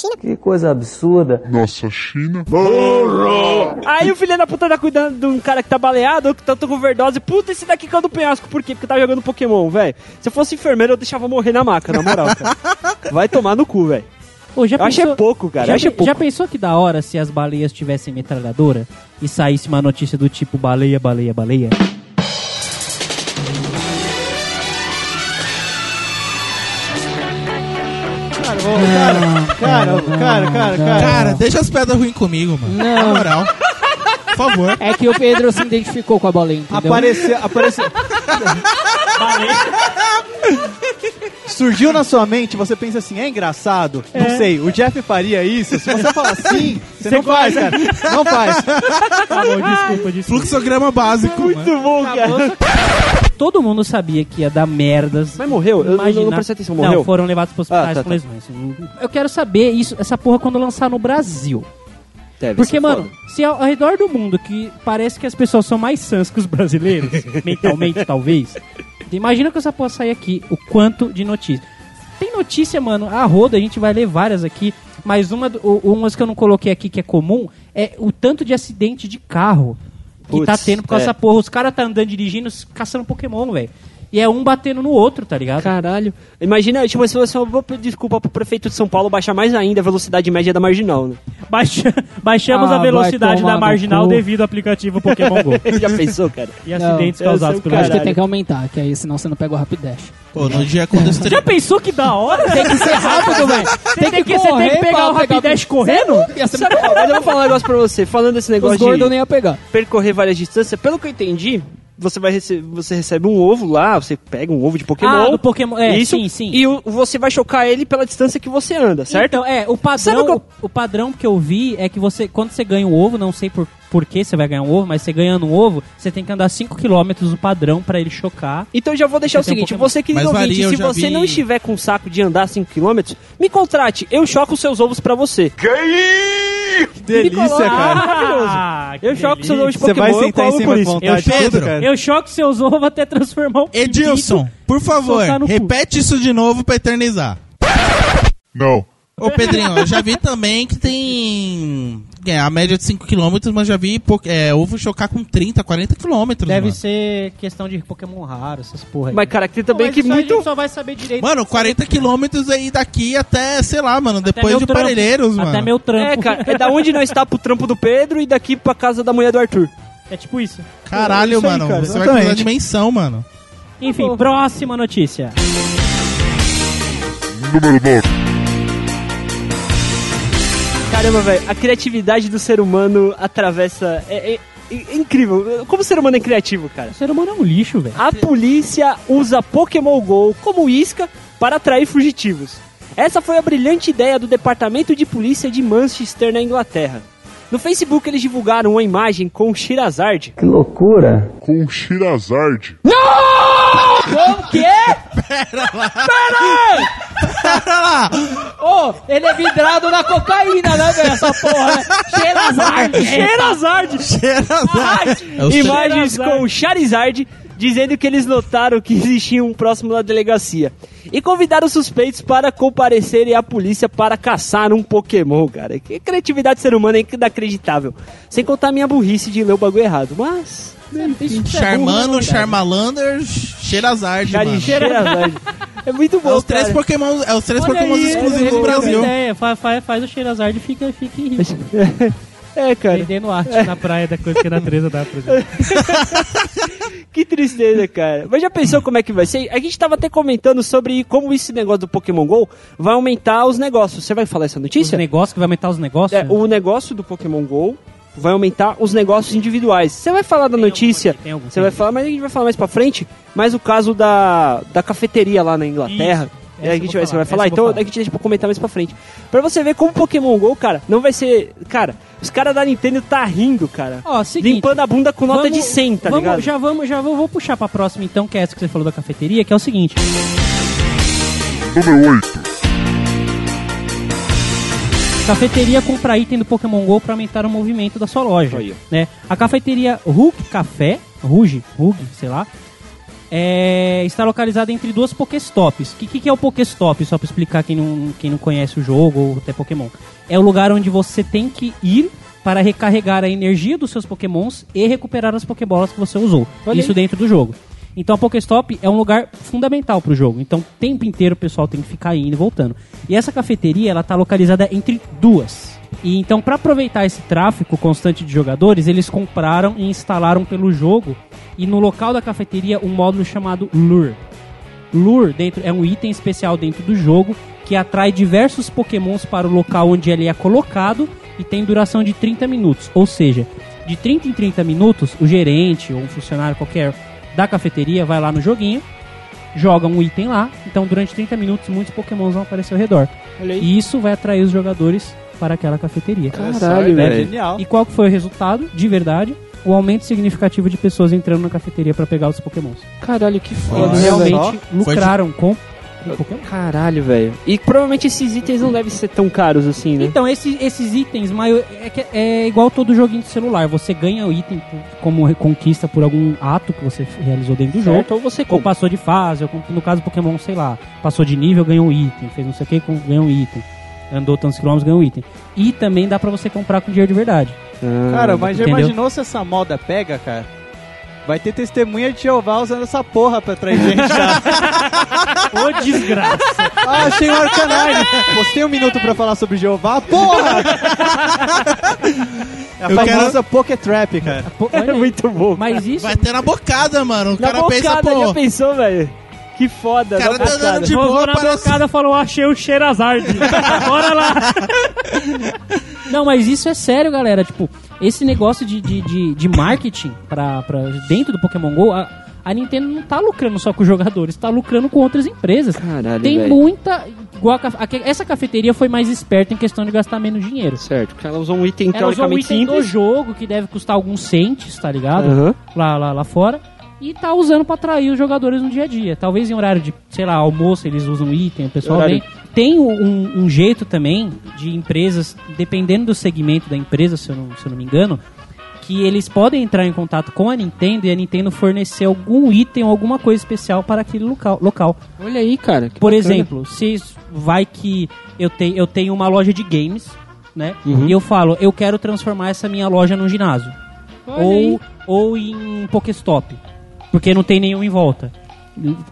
[SPEAKER 7] China.
[SPEAKER 2] Aí o filho da puta tá cuidando de um cara que tá baleado, que tá com overdose. Puta, esse daqui caiu do penhasco. Por quê? Porque tava jogando Pokémon, velho. Se eu fosse enfermeiro, eu deixava morrer na maca, na moral, cara. Vai tomar no cu, velho.
[SPEAKER 3] Ô, já
[SPEAKER 2] Eu acho é pouco, cara.
[SPEAKER 3] já,
[SPEAKER 2] Eu acho é
[SPEAKER 3] pe-
[SPEAKER 2] pouco.
[SPEAKER 3] já pensou que da hora se as baleias tivessem metralhadora e saísse uma notícia do tipo baleia, baleia, baleia?
[SPEAKER 5] Cara, ô, cara, cara, cara, cara, cara.
[SPEAKER 1] Cara, deixa as pedras ruins comigo, mano. Na moral. favor.
[SPEAKER 4] É que o Pedro se identificou com a bolinha, entendeu?
[SPEAKER 5] Apareceu, apareceu. Surgiu na sua mente, você pensa assim, é engraçado? Não sei, o Jeff faria isso? Se você falar sim, você, não faz, cara. Não faz.
[SPEAKER 3] Tá bom, desculpa, desculpa.
[SPEAKER 1] Fluxograma básico. né? mano.
[SPEAKER 5] Muito bom, cara.
[SPEAKER 3] Todo mundo sabia que ia dar merdas.
[SPEAKER 2] Mas morreu? Eu, eu não
[SPEAKER 3] Imagina-
[SPEAKER 2] prestei atenção, morreu?
[SPEAKER 3] Não, foram levados para hospitais
[SPEAKER 5] Ah, tá,
[SPEAKER 3] com
[SPEAKER 5] tá.
[SPEAKER 3] lesões. Eu quero saber isso, essa porra quando lançar no Brasil.
[SPEAKER 2] Deve
[SPEAKER 3] Porque,
[SPEAKER 2] ser
[SPEAKER 3] mano,
[SPEAKER 2] foda.
[SPEAKER 3] se ao, ao redor do mundo que parece que as pessoas são mais sãs que os brasileiros, mentalmente talvez, imagina que essa porra sair aqui, o quanto de notícia. Tem notícia, mano, a roda, a gente vai ler várias aqui, mas uma, do- o- umas que eu não coloquei aqui que é comum é o tanto de acidente de carro que
[SPEAKER 2] Putz,
[SPEAKER 3] tá tendo por
[SPEAKER 2] é.
[SPEAKER 3] causa dessa porra. Os caras tá andando dirigindo, caçando Pokémon, velho. E é um batendo no outro, tá ligado?
[SPEAKER 2] Caralho. Imagina, tipo, se você vou pedir desculpa pro prefeito de São Paulo baixar mais ainda a velocidade média da marginal, né?
[SPEAKER 6] Baixa- baixamos
[SPEAKER 4] Ah,
[SPEAKER 6] a
[SPEAKER 4] vai
[SPEAKER 6] velocidade
[SPEAKER 4] tomar
[SPEAKER 6] da
[SPEAKER 4] no
[SPEAKER 6] marginal
[SPEAKER 4] cu.
[SPEAKER 6] devido ao aplicativo Pokémon GO.
[SPEAKER 2] Já pensou, cara?
[SPEAKER 6] E acidentes
[SPEAKER 2] Não,
[SPEAKER 6] causados
[SPEAKER 2] esse é o
[SPEAKER 6] pelo
[SPEAKER 4] Eu acho
[SPEAKER 2] caralho.
[SPEAKER 4] que tem que aumentar, que aí senão você não pega o Rapid Dash.
[SPEAKER 1] Pô, no dia quando
[SPEAKER 6] Já
[SPEAKER 1] eu estre-
[SPEAKER 6] pensou que da hora?
[SPEAKER 4] Tem que ser rápido, velho.
[SPEAKER 6] Tem que, você tem que pegar o Rapidash correndo?
[SPEAKER 2] Sabe, ó, mas eu vou falar um negócio pra você. Falando desse
[SPEAKER 4] Os
[SPEAKER 2] negócio
[SPEAKER 4] gordos
[SPEAKER 2] de
[SPEAKER 4] nem ia pegar.
[SPEAKER 2] percorrer várias distâncias, pelo que eu entendi, você vai rece- você recebe um ovo lá, você pega um ovo de Pokémon.
[SPEAKER 3] Ah, do Pokémon. É,
[SPEAKER 2] isso,
[SPEAKER 3] sim, sim.
[SPEAKER 2] E o- você vai chocar ele pela distância que você anda, certo?
[SPEAKER 3] Então, é, o
[SPEAKER 2] Sabe
[SPEAKER 3] padrão,
[SPEAKER 2] o que eu-
[SPEAKER 3] o, o padrão que eu vi é que você, quando você ganha um ovo, não sei por, por que você vai ganhar um ovo, mas você ganhando um ovo, você tem que andar 5km no padrão pra ele chocar.
[SPEAKER 2] Então já vou deixar
[SPEAKER 3] Você
[SPEAKER 2] o
[SPEAKER 3] tem um
[SPEAKER 2] seguinte,
[SPEAKER 3] Pokémon.
[SPEAKER 2] você querido
[SPEAKER 1] Mas varia,
[SPEAKER 2] ouvinte,
[SPEAKER 1] eu
[SPEAKER 2] se
[SPEAKER 1] já
[SPEAKER 2] você
[SPEAKER 1] vi-
[SPEAKER 2] não estiver com um saco de andar 5km, me contrate, eu choco os seus ovos pra você.
[SPEAKER 5] Que delícia, cara.
[SPEAKER 3] Ah,
[SPEAKER 2] Eu choco os seus ovos de
[SPEAKER 5] Você
[SPEAKER 2] Pokémon,
[SPEAKER 5] vai sentar em
[SPEAKER 2] eu cobro
[SPEAKER 5] cima
[SPEAKER 2] por
[SPEAKER 5] de
[SPEAKER 2] isso.
[SPEAKER 5] vontade de
[SPEAKER 1] Pedro.
[SPEAKER 5] tudo, cara.
[SPEAKER 3] Eu choco seus ovos até transformar um
[SPEAKER 1] Edilson, por favor,
[SPEAKER 3] Socar no cu.
[SPEAKER 1] repete isso de novo pra eternizar.
[SPEAKER 7] Não.
[SPEAKER 1] Ô Pedrinho, eu já vi também que tem é, a média de 5km, mas já vi po- é, ovo chocar com 30, 40 km.
[SPEAKER 3] Deve
[SPEAKER 1] mano.
[SPEAKER 3] ser questão de Pokémon raro, essas porra aí.
[SPEAKER 2] Mas cara, aqui também
[SPEAKER 3] Não, mas
[SPEAKER 2] que
[SPEAKER 3] isso aí A
[SPEAKER 2] muito...
[SPEAKER 3] gente só vai saber direito.
[SPEAKER 1] Mano, 40 km aí daqui até, sei lá, mano,
[SPEAKER 3] Até
[SPEAKER 1] depois
[SPEAKER 3] meu
[SPEAKER 1] de
[SPEAKER 3] trampo.
[SPEAKER 1] Parelheiros, mano.
[SPEAKER 3] Até meu trampo.
[SPEAKER 2] É, cara, é da onde nós está pro trampo do Pedro e daqui pra casa da mulher do Arthur.
[SPEAKER 6] É tipo isso.
[SPEAKER 2] Tá
[SPEAKER 1] Caralho,
[SPEAKER 5] Isso aí,
[SPEAKER 1] mano,
[SPEAKER 5] cara,
[SPEAKER 1] você vai
[SPEAKER 5] exatamente.
[SPEAKER 1] cruzar a dimensão, mano.
[SPEAKER 3] Enfim, próxima notícia.
[SPEAKER 7] Número 9.
[SPEAKER 2] Caramba, velho, a criatividade do ser humano atravessa... É, é- é incrível, como o ser humano é criativo, cara.
[SPEAKER 3] O ser humano é um lixo, velho.
[SPEAKER 2] A polícia usa Pokémon GO como isca para atrair fugitivos. Essa foi a brilhante ideia do Departamento de Polícia de Manchester, na Inglaterra. No Facebook, eles divulgaram uma imagem com Shirazard.
[SPEAKER 7] Com Shirazard.
[SPEAKER 4] Como que é? Pera lá! Pera lá! Ô, ele é vidrado na cocaína, né, velho? Essa porra, né? Cheirazard!
[SPEAKER 2] Shirazard!
[SPEAKER 1] É o
[SPEAKER 2] Imagens com Charizard dizendo que eles notaram que existia um próximo da delegacia. E convidaram os suspeitos para comparecerem à polícia para caçar um Pokémon, cara. Que criatividade do ser humano é inacreditável. Sem contar a minha burrice de ler o bagulho errado, mas...
[SPEAKER 3] é né,
[SPEAKER 1] Charmano, Charmalander, Xerazard, mano.
[SPEAKER 2] Charizard. É muito bom,
[SPEAKER 1] É os três
[SPEAKER 2] cara.
[SPEAKER 1] Pokémon, é os três
[SPEAKER 3] né? Olha
[SPEAKER 1] Pokémon
[SPEAKER 3] aí,
[SPEAKER 1] exclusivos
[SPEAKER 3] ele
[SPEAKER 1] do
[SPEAKER 3] deu
[SPEAKER 1] Brasil.
[SPEAKER 3] uma Ideia. Fa- fa- faz o Xerazard e fica, fica em risco.
[SPEAKER 2] É, cara.
[SPEAKER 3] Vendendo arte na praia da coisa que a natureza dá pra gente.
[SPEAKER 2] Que tristeza, cara. Mas já pensou como é que vai ser? A gente tava até comentando sobre como esse negócio do Pokémon GO vai aumentar os negócios. Você vai falar essa
[SPEAKER 3] Os
[SPEAKER 2] notícia?
[SPEAKER 3] negócios que vai aumentar os negócios?
[SPEAKER 2] É, o negócio do Pokémon GO vai aumentar os negócios individuais. Você vai falar da
[SPEAKER 3] Tem
[SPEAKER 2] notícia,
[SPEAKER 3] algum aqui, tem algum,
[SPEAKER 2] você
[SPEAKER 3] tem
[SPEAKER 2] vai
[SPEAKER 3] algum.
[SPEAKER 2] falar, mas a gente vai falar mais pra frente, mas o caso da, da cafeteria lá na Inglaterra.
[SPEAKER 3] Isso.
[SPEAKER 2] é,
[SPEAKER 3] Essa
[SPEAKER 2] a
[SPEAKER 3] eu
[SPEAKER 2] gente
[SPEAKER 3] vou
[SPEAKER 2] vai, você vai
[SPEAKER 3] falar,
[SPEAKER 2] falar,
[SPEAKER 3] essa eu
[SPEAKER 2] então
[SPEAKER 3] vou
[SPEAKER 2] a gente deixa pra comentar mais pra frente. Pra você ver como o Pokémon GO, cara, não vai ser... Cara, os caras da Nintendo tá rindo, cara.
[SPEAKER 3] Ó, é seguinte,
[SPEAKER 2] limpando a bunda com nota
[SPEAKER 3] Vamos-
[SPEAKER 2] de 100, tá
[SPEAKER 3] vamos-
[SPEAKER 2] ligado?
[SPEAKER 3] Já vamos, já vou, vou puxar pra próxima então, que é essa que você falou da cafeteria, que é o seguinte.
[SPEAKER 7] Número 8.
[SPEAKER 3] Cafeteria compra item do Pokémon GO pra aumentar o movimento da sua loja.
[SPEAKER 2] Aí, ó.
[SPEAKER 3] Né? A cafeteria Hulk Café, Ruge, Rug, sei lá, é, está localizada entre duas Pokéstops. O que, que que é o Pokéstop? Só pra explicar quem não, quem não conhece o jogo ou até Pokémon. É o lugar onde você tem que ir para recarregar a energia dos seus Pokémons e recuperar as Pokébolas que você usou.
[SPEAKER 2] Olha
[SPEAKER 3] Isso
[SPEAKER 2] aí.
[SPEAKER 3] dentro do jogo. Então a Pokéstop é um lugar fundamental pro jogo. Então o tempo inteiro o pessoal tem que ficar indo e voltando. E essa cafeteria, ela tá localizada entre duas. E então para aproveitar esse tráfego constante de jogadores, eles compraram e instalaram pelo jogo e no local da cafeteria um módulo chamado Lure. Lure dentro é um item especial dentro do jogo que atrai diversos pokémons para o local onde ele é colocado e tem duração de 30 minutos, ou seja, de 30 em 30 minutos, o gerente ou um funcionário qualquer da cafeteria vai lá no joguinho, joga um item lá. Então, durante 30 minutos, muitos pokémons vão aparecer ao redor.
[SPEAKER 4] Olha aí.
[SPEAKER 3] E isso vai atrair os jogadores para aquela cafeteria.
[SPEAKER 4] Caralho,
[SPEAKER 5] é
[SPEAKER 4] velho.
[SPEAKER 5] genial.
[SPEAKER 3] E qual que foi o resultado, de verdade? O aumento significativo de pessoas entrando na cafeteria para pegar os pokémons.
[SPEAKER 4] Caralho, que foda,
[SPEAKER 3] Eles
[SPEAKER 5] Olha
[SPEAKER 4] né, velho?
[SPEAKER 3] realmente lucraram com...
[SPEAKER 2] Caralho, velho. E provavelmente esses itens não devem ser tão caros assim, né?
[SPEAKER 3] Então, esse- esses itens maio- é, que- é igual todo joguinho de celular. Você ganha o item por- como reconquista por algum ato que você realizou dentro do jogo.
[SPEAKER 2] Ou você
[SPEAKER 3] Ou
[SPEAKER 2] compra.
[SPEAKER 3] passou de fase, ou com- no caso do Pokémon, sei lá, passou de nível, ganhou um item, fez não sei o que, ganhou um item. Andou tantos quilômetros, ganhou um item. E também dá pra você comprar com dinheiro de verdade.
[SPEAKER 5] Cara, mas já
[SPEAKER 3] Entendeu?
[SPEAKER 5] imaginou se essa moda pega, cara? Vai ter testemunha de Jeová usando essa porra pra atrair gente. cara.
[SPEAKER 6] Ô, desgraça.
[SPEAKER 5] ah, achei um arcanine. Postei um minuto pra falar sobre Jeová. Porra! É a
[SPEAKER 1] Eu
[SPEAKER 5] famosa Pocket Trap, cara.
[SPEAKER 3] Pô, olha aí.
[SPEAKER 2] É muito bom.
[SPEAKER 3] Mas isso.
[SPEAKER 1] Vai ter na bocada, mano. O
[SPEAKER 2] Na
[SPEAKER 1] cara pensa,
[SPEAKER 2] bocada,
[SPEAKER 3] é
[SPEAKER 2] já
[SPEAKER 1] pô.
[SPEAKER 2] pensou, velho? Que foda.
[SPEAKER 1] O cara
[SPEAKER 2] na
[SPEAKER 1] tá
[SPEAKER 2] bocada.
[SPEAKER 1] dando de
[SPEAKER 6] Vovô
[SPEAKER 1] boa,
[SPEAKER 6] na
[SPEAKER 1] parece.
[SPEAKER 6] bocada falou, achei o Xerazard. Bora lá.
[SPEAKER 3] Não, mas isso é sério, galera. Tipo, esse negócio de, de, de, de marketing pra, pra dentro do Pokémon GO, a, a Nintendo não tá lucrando só com os jogadores, tá lucrando com outras empresas.
[SPEAKER 2] Caralho,
[SPEAKER 3] Tem
[SPEAKER 2] velho.
[SPEAKER 3] muita. Igual a ca- a que- essa cafeteria foi mais esperta em questão de gastar menos dinheiro.
[SPEAKER 2] Certo, porque ela usou um item
[SPEAKER 3] Ela usou um
[SPEAKER 2] teoricamente
[SPEAKER 3] item do
[SPEAKER 2] simples.
[SPEAKER 3] jogo que deve custar alguns centes, tá ligado?
[SPEAKER 2] Aham.
[SPEAKER 3] Lá, lá, lá fora. E tá usando pra atrair os jogadores no dia a dia. Talvez em horário de, sei lá, almoço eles usam item, o pessoal
[SPEAKER 2] Horário-
[SPEAKER 3] vem. Tem um, um jeito também de empresas, dependendo do segmento da empresa, se eu não, se eu não me engano, que eles podem entrar em contato com a Nintendo e a Nintendo fornecer algum item ou alguma coisa especial para aquele local. local.
[SPEAKER 4] Olha aí, cara. que
[SPEAKER 3] Por
[SPEAKER 4] bacana.
[SPEAKER 3] exemplo, se isso- vai que eu, te, eu tenho uma loja de games, né?
[SPEAKER 4] Uhum.
[SPEAKER 3] E eu falo, eu quero transformar essa minha loja num ginásio.
[SPEAKER 4] Olha aí.
[SPEAKER 3] Ou, ou em Pokéstop. Porque não tem nenhum em volta.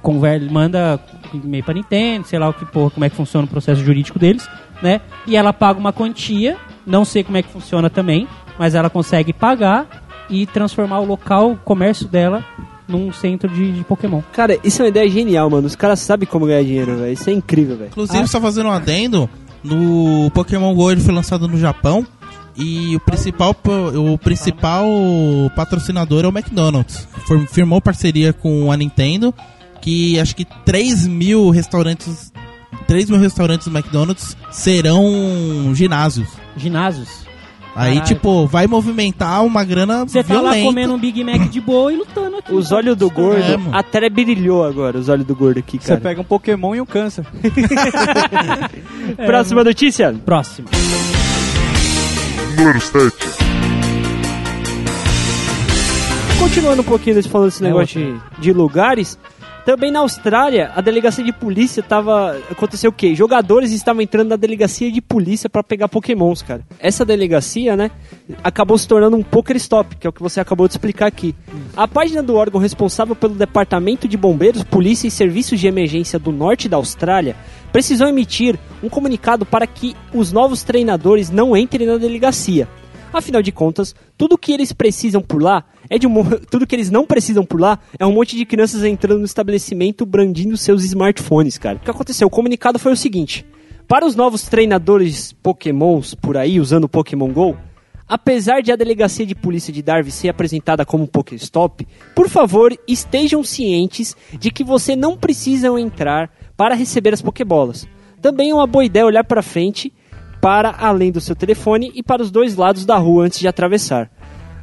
[SPEAKER 3] Conver manda e-mail pra Nintendo, sei lá o que porra, como é que funciona o processo jurídico deles, né? E ela paga uma quantia, não sei como é que funciona também, mas ela consegue pagar e transformar o local, o comércio dela, num centro de, de Pokémon.
[SPEAKER 2] Cara, isso é uma ideia genial, mano. Os caras sabem como ganhar dinheiro, velho. Isso é incrível, velho.
[SPEAKER 1] Inclusive, só fazendo um adendo, no Pokémon GO ele foi lançado no Japão e o principal, po- o principal patrocinador é o McDonald's. Fir- Firmou parceria com a Nintendo, que acho que 3 mil restaurantes. 3 mil restaurantes do McDonald's serão ginásios.
[SPEAKER 3] Ginásios.
[SPEAKER 1] Aí,
[SPEAKER 3] Caralho.
[SPEAKER 1] tipo, vai movimentar uma grana
[SPEAKER 3] Você tá
[SPEAKER 1] violenta.
[SPEAKER 3] lá comendo um Big Mac de boa e lutando aqui.
[SPEAKER 2] Os olhos do gordo
[SPEAKER 1] É, mano.
[SPEAKER 2] até brilhou agora, os olhos do gordo aqui,
[SPEAKER 5] Você
[SPEAKER 3] é
[SPEAKER 2] cara.
[SPEAKER 5] pega um Pokémon e um câncer.
[SPEAKER 2] Próxima notícia.
[SPEAKER 3] Próximo.
[SPEAKER 7] Número 7.
[SPEAKER 2] Continuando um pouquinho desse, falando desse negócio de, de lugares, também na Austrália, a delegacia de polícia tava. Aconteceu o quê? Jogadores estavam entrando na delegacia de polícia pra pegar pokémons, cara. Essa delegacia, né, acabou se tornando um poker stop, que é o que você acabou de explicar aqui. A página do órgão responsável pelo Departamento de Bombeiros, Polícia e Serviços de Emergência do Norte da Austrália precisou emitir um comunicado para que os novos treinadores não entrem na delegacia. Afinal de contas, tudo que eles precisam por lá é de um mo- tudo que eles não precisam por lá é um monte de crianças entrando no estabelecimento brandindo seus smartphones, cara. O que aconteceu? O comunicado foi o seguinte: para os novos treinadores Pokémons por aí usando o Pokémon Go, apesar de a delegacia de polícia de Darwin ser apresentada como um Pokéstop, por favor, estejam cientes de que você não precisa entrar para receber as Pokébolas. Também é uma boa ideia olhar para frente para além do seu telefone e para os dois lados da rua antes de atravessar.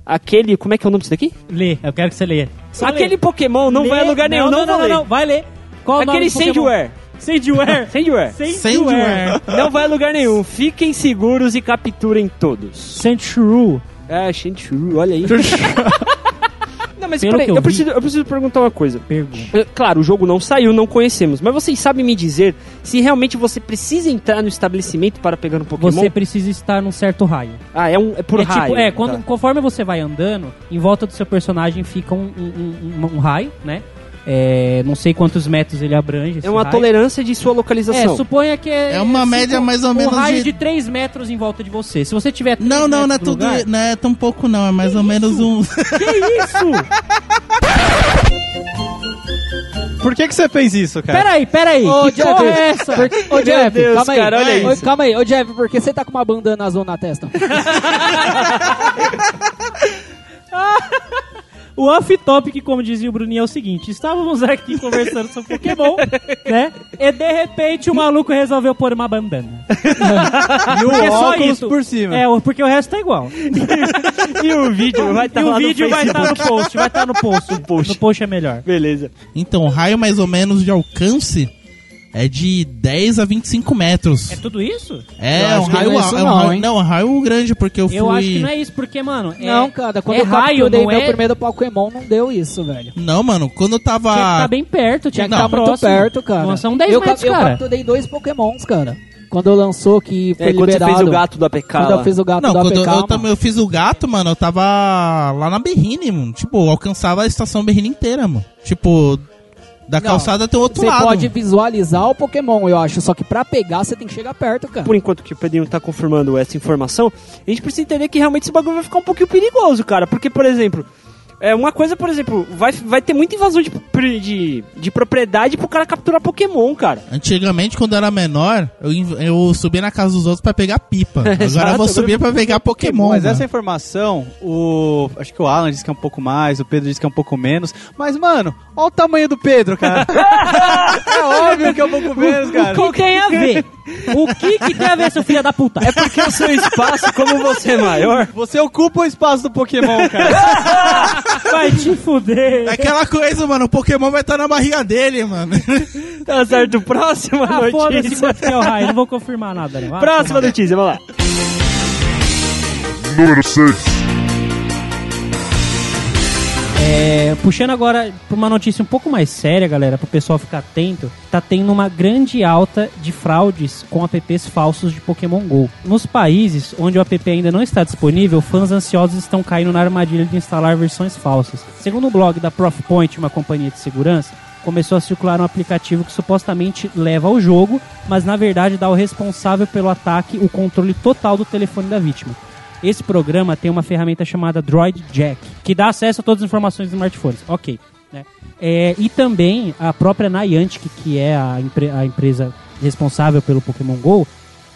[SPEAKER 2] Aquele, como é que é o nome disso daqui?
[SPEAKER 3] Lê, eu quero que você leia. Só lê.
[SPEAKER 2] Aquele Pokémon não
[SPEAKER 3] Lê.
[SPEAKER 2] vai a lugar nenhum, não,
[SPEAKER 3] não, não,
[SPEAKER 2] vou ler.
[SPEAKER 3] não, vai ler. Qual o nome
[SPEAKER 2] Aquele
[SPEAKER 3] do Pokémon?
[SPEAKER 2] Sandware.
[SPEAKER 6] Sandware.
[SPEAKER 2] Sandware.
[SPEAKER 1] Sandware.
[SPEAKER 2] Não vai a lugar nenhum. Fiquem seguros e capturem todos.
[SPEAKER 3] Sandshrew.
[SPEAKER 2] Ah,
[SPEAKER 3] É,
[SPEAKER 2] Shenshuru, olha aí. não, mas
[SPEAKER 3] Pelo
[SPEAKER 2] peraí,
[SPEAKER 3] que eu
[SPEAKER 2] eu,
[SPEAKER 3] vi-
[SPEAKER 2] preciso, eu preciso perguntar uma coisa.
[SPEAKER 3] Pergunta.
[SPEAKER 2] É, Claro, o jogo não saiu, não conhecemos, mas vocês sabem me dizer se realmente você precisa entrar no estabelecimento para pegar um Pokémon?
[SPEAKER 3] Você precisa estar num certo raio.
[SPEAKER 2] Ah, é, um, é por
[SPEAKER 3] é
[SPEAKER 2] raio.
[SPEAKER 3] tipo, é, quando,
[SPEAKER 2] Tá.
[SPEAKER 3] conforme você vai andando, em volta do seu personagem fica um, um- um- um raio, né? É, não sei quantos metros ele abrange. esse
[SPEAKER 2] É uma
[SPEAKER 3] raio.
[SPEAKER 2] tolerância de sua localização.
[SPEAKER 3] É, suponha que é.
[SPEAKER 1] É uma média mais ou menos
[SPEAKER 3] Um raio
[SPEAKER 1] de-
[SPEAKER 3] de 3 metros em volta de você. Se você tiver. três
[SPEAKER 1] Não, não,
[SPEAKER 3] metros
[SPEAKER 1] não é
[SPEAKER 3] do
[SPEAKER 1] tudo.
[SPEAKER 3] lugar-
[SPEAKER 1] Não é tão pouco, não. É mais ou menos um.
[SPEAKER 3] Que isso?
[SPEAKER 5] É. Por que, que você fez isso, cara?
[SPEAKER 3] peraí, peraí.
[SPEAKER 4] Ô,
[SPEAKER 3] que porra é essa?
[SPEAKER 4] Por... Ô, Jeff,
[SPEAKER 2] Deus,
[SPEAKER 4] calma aí.
[SPEAKER 2] cara, olha
[SPEAKER 4] Ô,
[SPEAKER 2] isso.
[SPEAKER 4] Calma aí, ô Jeff, por que você tá com uma bandana azul na testa?
[SPEAKER 3] O off-topic, como dizia o Bruninho, é o seguinte: estávamos aqui conversando sobre Pokémon, né? E de repente o maluco resolveu pôr uma bandana.
[SPEAKER 5] E o
[SPEAKER 3] Porque
[SPEAKER 5] óculos por cima.
[SPEAKER 3] É, porque o resto tá igual.
[SPEAKER 2] E o vídeo vai estar
[SPEAKER 3] e
[SPEAKER 2] lá
[SPEAKER 3] o
[SPEAKER 2] no
[SPEAKER 3] vídeo vai estar
[SPEAKER 2] Facebook.
[SPEAKER 3] no post, vai estar no post. No
[SPEAKER 2] post.
[SPEAKER 3] No post é melhor.
[SPEAKER 2] Beleza.
[SPEAKER 1] Então, o raio mais ou menos de alcance é de 10 a 25 metros.
[SPEAKER 3] É tudo isso?
[SPEAKER 4] Eu
[SPEAKER 1] É, um
[SPEAKER 4] acho que
[SPEAKER 1] raio,
[SPEAKER 4] não é isso
[SPEAKER 1] é um
[SPEAKER 4] não,
[SPEAKER 1] raio-
[SPEAKER 4] hein?
[SPEAKER 1] não, é um raio grande, porque eu fui...
[SPEAKER 3] Eu acho que não é isso, porque, mano. é-
[SPEAKER 4] Não, cara, quando
[SPEAKER 3] é
[SPEAKER 4] eu
[SPEAKER 3] raio,
[SPEAKER 4] capturei
[SPEAKER 3] não
[SPEAKER 4] meu
[SPEAKER 3] é?
[SPEAKER 4] primeiro Pokémon, não deu isso, velho.
[SPEAKER 1] Não, mano, quando eu tava...
[SPEAKER 3] Tinha que estar bem perto, tinha
[SPEAKER 4] Tinha
[SPEAKER 3] que
[SPEAKER 4] que
[SPEAKER 1] Ah, Não.
[SPEAKER 3] estar
[SPEAKER 4] estar Tá
[SPEAKER 3] Tá próximo.
[SPEAKER 4] muito perto, cara.
[SPEAKER 3] Não, são 10
[SPEAKER 4] eu,
[SPEAKER 3] metros,
[SPEAKER 4] cap- eu
[SPEAKER 3] cara.
[SPEAKER 4] capturei dois Pokémons, cara. Quando eu lançou que foi
[SPEAKER 2] É, quando você
[SPEAKER 4] liberado.
[SPEAKER 2] fez o gato do APK
[SPEAKER 4] Quando eu
[SPEAKER 2] lá.
[SPEAKER 4] fiz o gato
[SPEAKER 1] Não,
[SPEAKER 4] da
[SPEAKER 1] quando eu,
[SPEAKER 4] APK,
[SPEAKER 1] eu, também- eu fiz o gato, mano, eu tava lá na Berrine, mano. Tipo, eu alcançava a estação Berrine inteira, mano. Tipo, da
[SPEAKER 4] Não,
[SPEAKER 1] calçada tem o outro
[SPEAKER 4] Você
[SPEAKER 1] lado.
[SPEAKER 4] pode visualizar o Pokémon, eu acho. Só que pra pegar, você tem que chegar perto, cara.
[SPEAKER 2] Por enquanto que o Pedrinho tá confirmando essa informação, a gente precisa entender que realmente esse bagulho vai ficar um pouquinho perigoso, cara. Porque, por exemplo, é uma coisa, por exemplo, vai, vai ter muita invasão de, pri- de, de propriedade pro cara capturar Pokémon, cara.
[SPEAKER 1] Antigamente, quando eu era menor, eu, inv- eu subia na casa dos outros pra pegar pipa. Agora eu vou subir pra pegar Pokémon.
[SPEAKER 5] Mas
[SPEAKER 1] mano.
[SPEAKER 5] essa é informação, o. Acho que o Alan disse que é um pouco mais, o Pedro disse que é um pouco menos. Mas, mano, olha o tamanho do Pedro, cara. é óbvio que é um pouco menos, cara.
[SPEAKER 3] O que tem a ver? O que, que tem a ver, seu filho da puta?
[SPEAKER 2] É porque o seu espaço, como você é maior,
[SPEAKER 5] Você ocupa o espaço do Pokémon, cara.
[SPEAKER 3] Vai te fuder.
[SPEAKER 4] Tá
[SPEAKER 1] É Aquela coisa, mano, o Pokémon vai estar na barriga dele, mano.
[SPEAKER 2] tá certo? Próxima
[SPEAKER 3] Ah, foda-se
[SPEAKER 2] notícia.
[SPEAKER 3] quanto que é o raio, não vou confirmar nada. Né? Vai.
[SPEAKER 2] Próxima notícia, vamos lá.
[SPEAKER 7] Número 6.
[SPEAKER 3] É, puxando agora pra uma notícia um pouco mais séria, galera, pro pessoal ficar atento, tá tendo uma grande alta de fraudes com apps falsos de Pokémon GO. Nos países onde o app ainda não está disponível, fãs ansiosos estão caindo na armadilha de instalar versões falsas. Segundo o blog da Profpoint, uma companhia de segurança, começou a circular um aplicativo que supostamente leva ao jogo, mas na verdade dá ao responsável pelo ataque o controle total do telefone da vítima. Esse programa tem uma ferramenta chamada Droid Jack, que dá acesso a todas as informações dos smartphones. Ok. né? É, e também a própria Niantic, que é a, empre- a empresa responsável pelo Pokémon GO,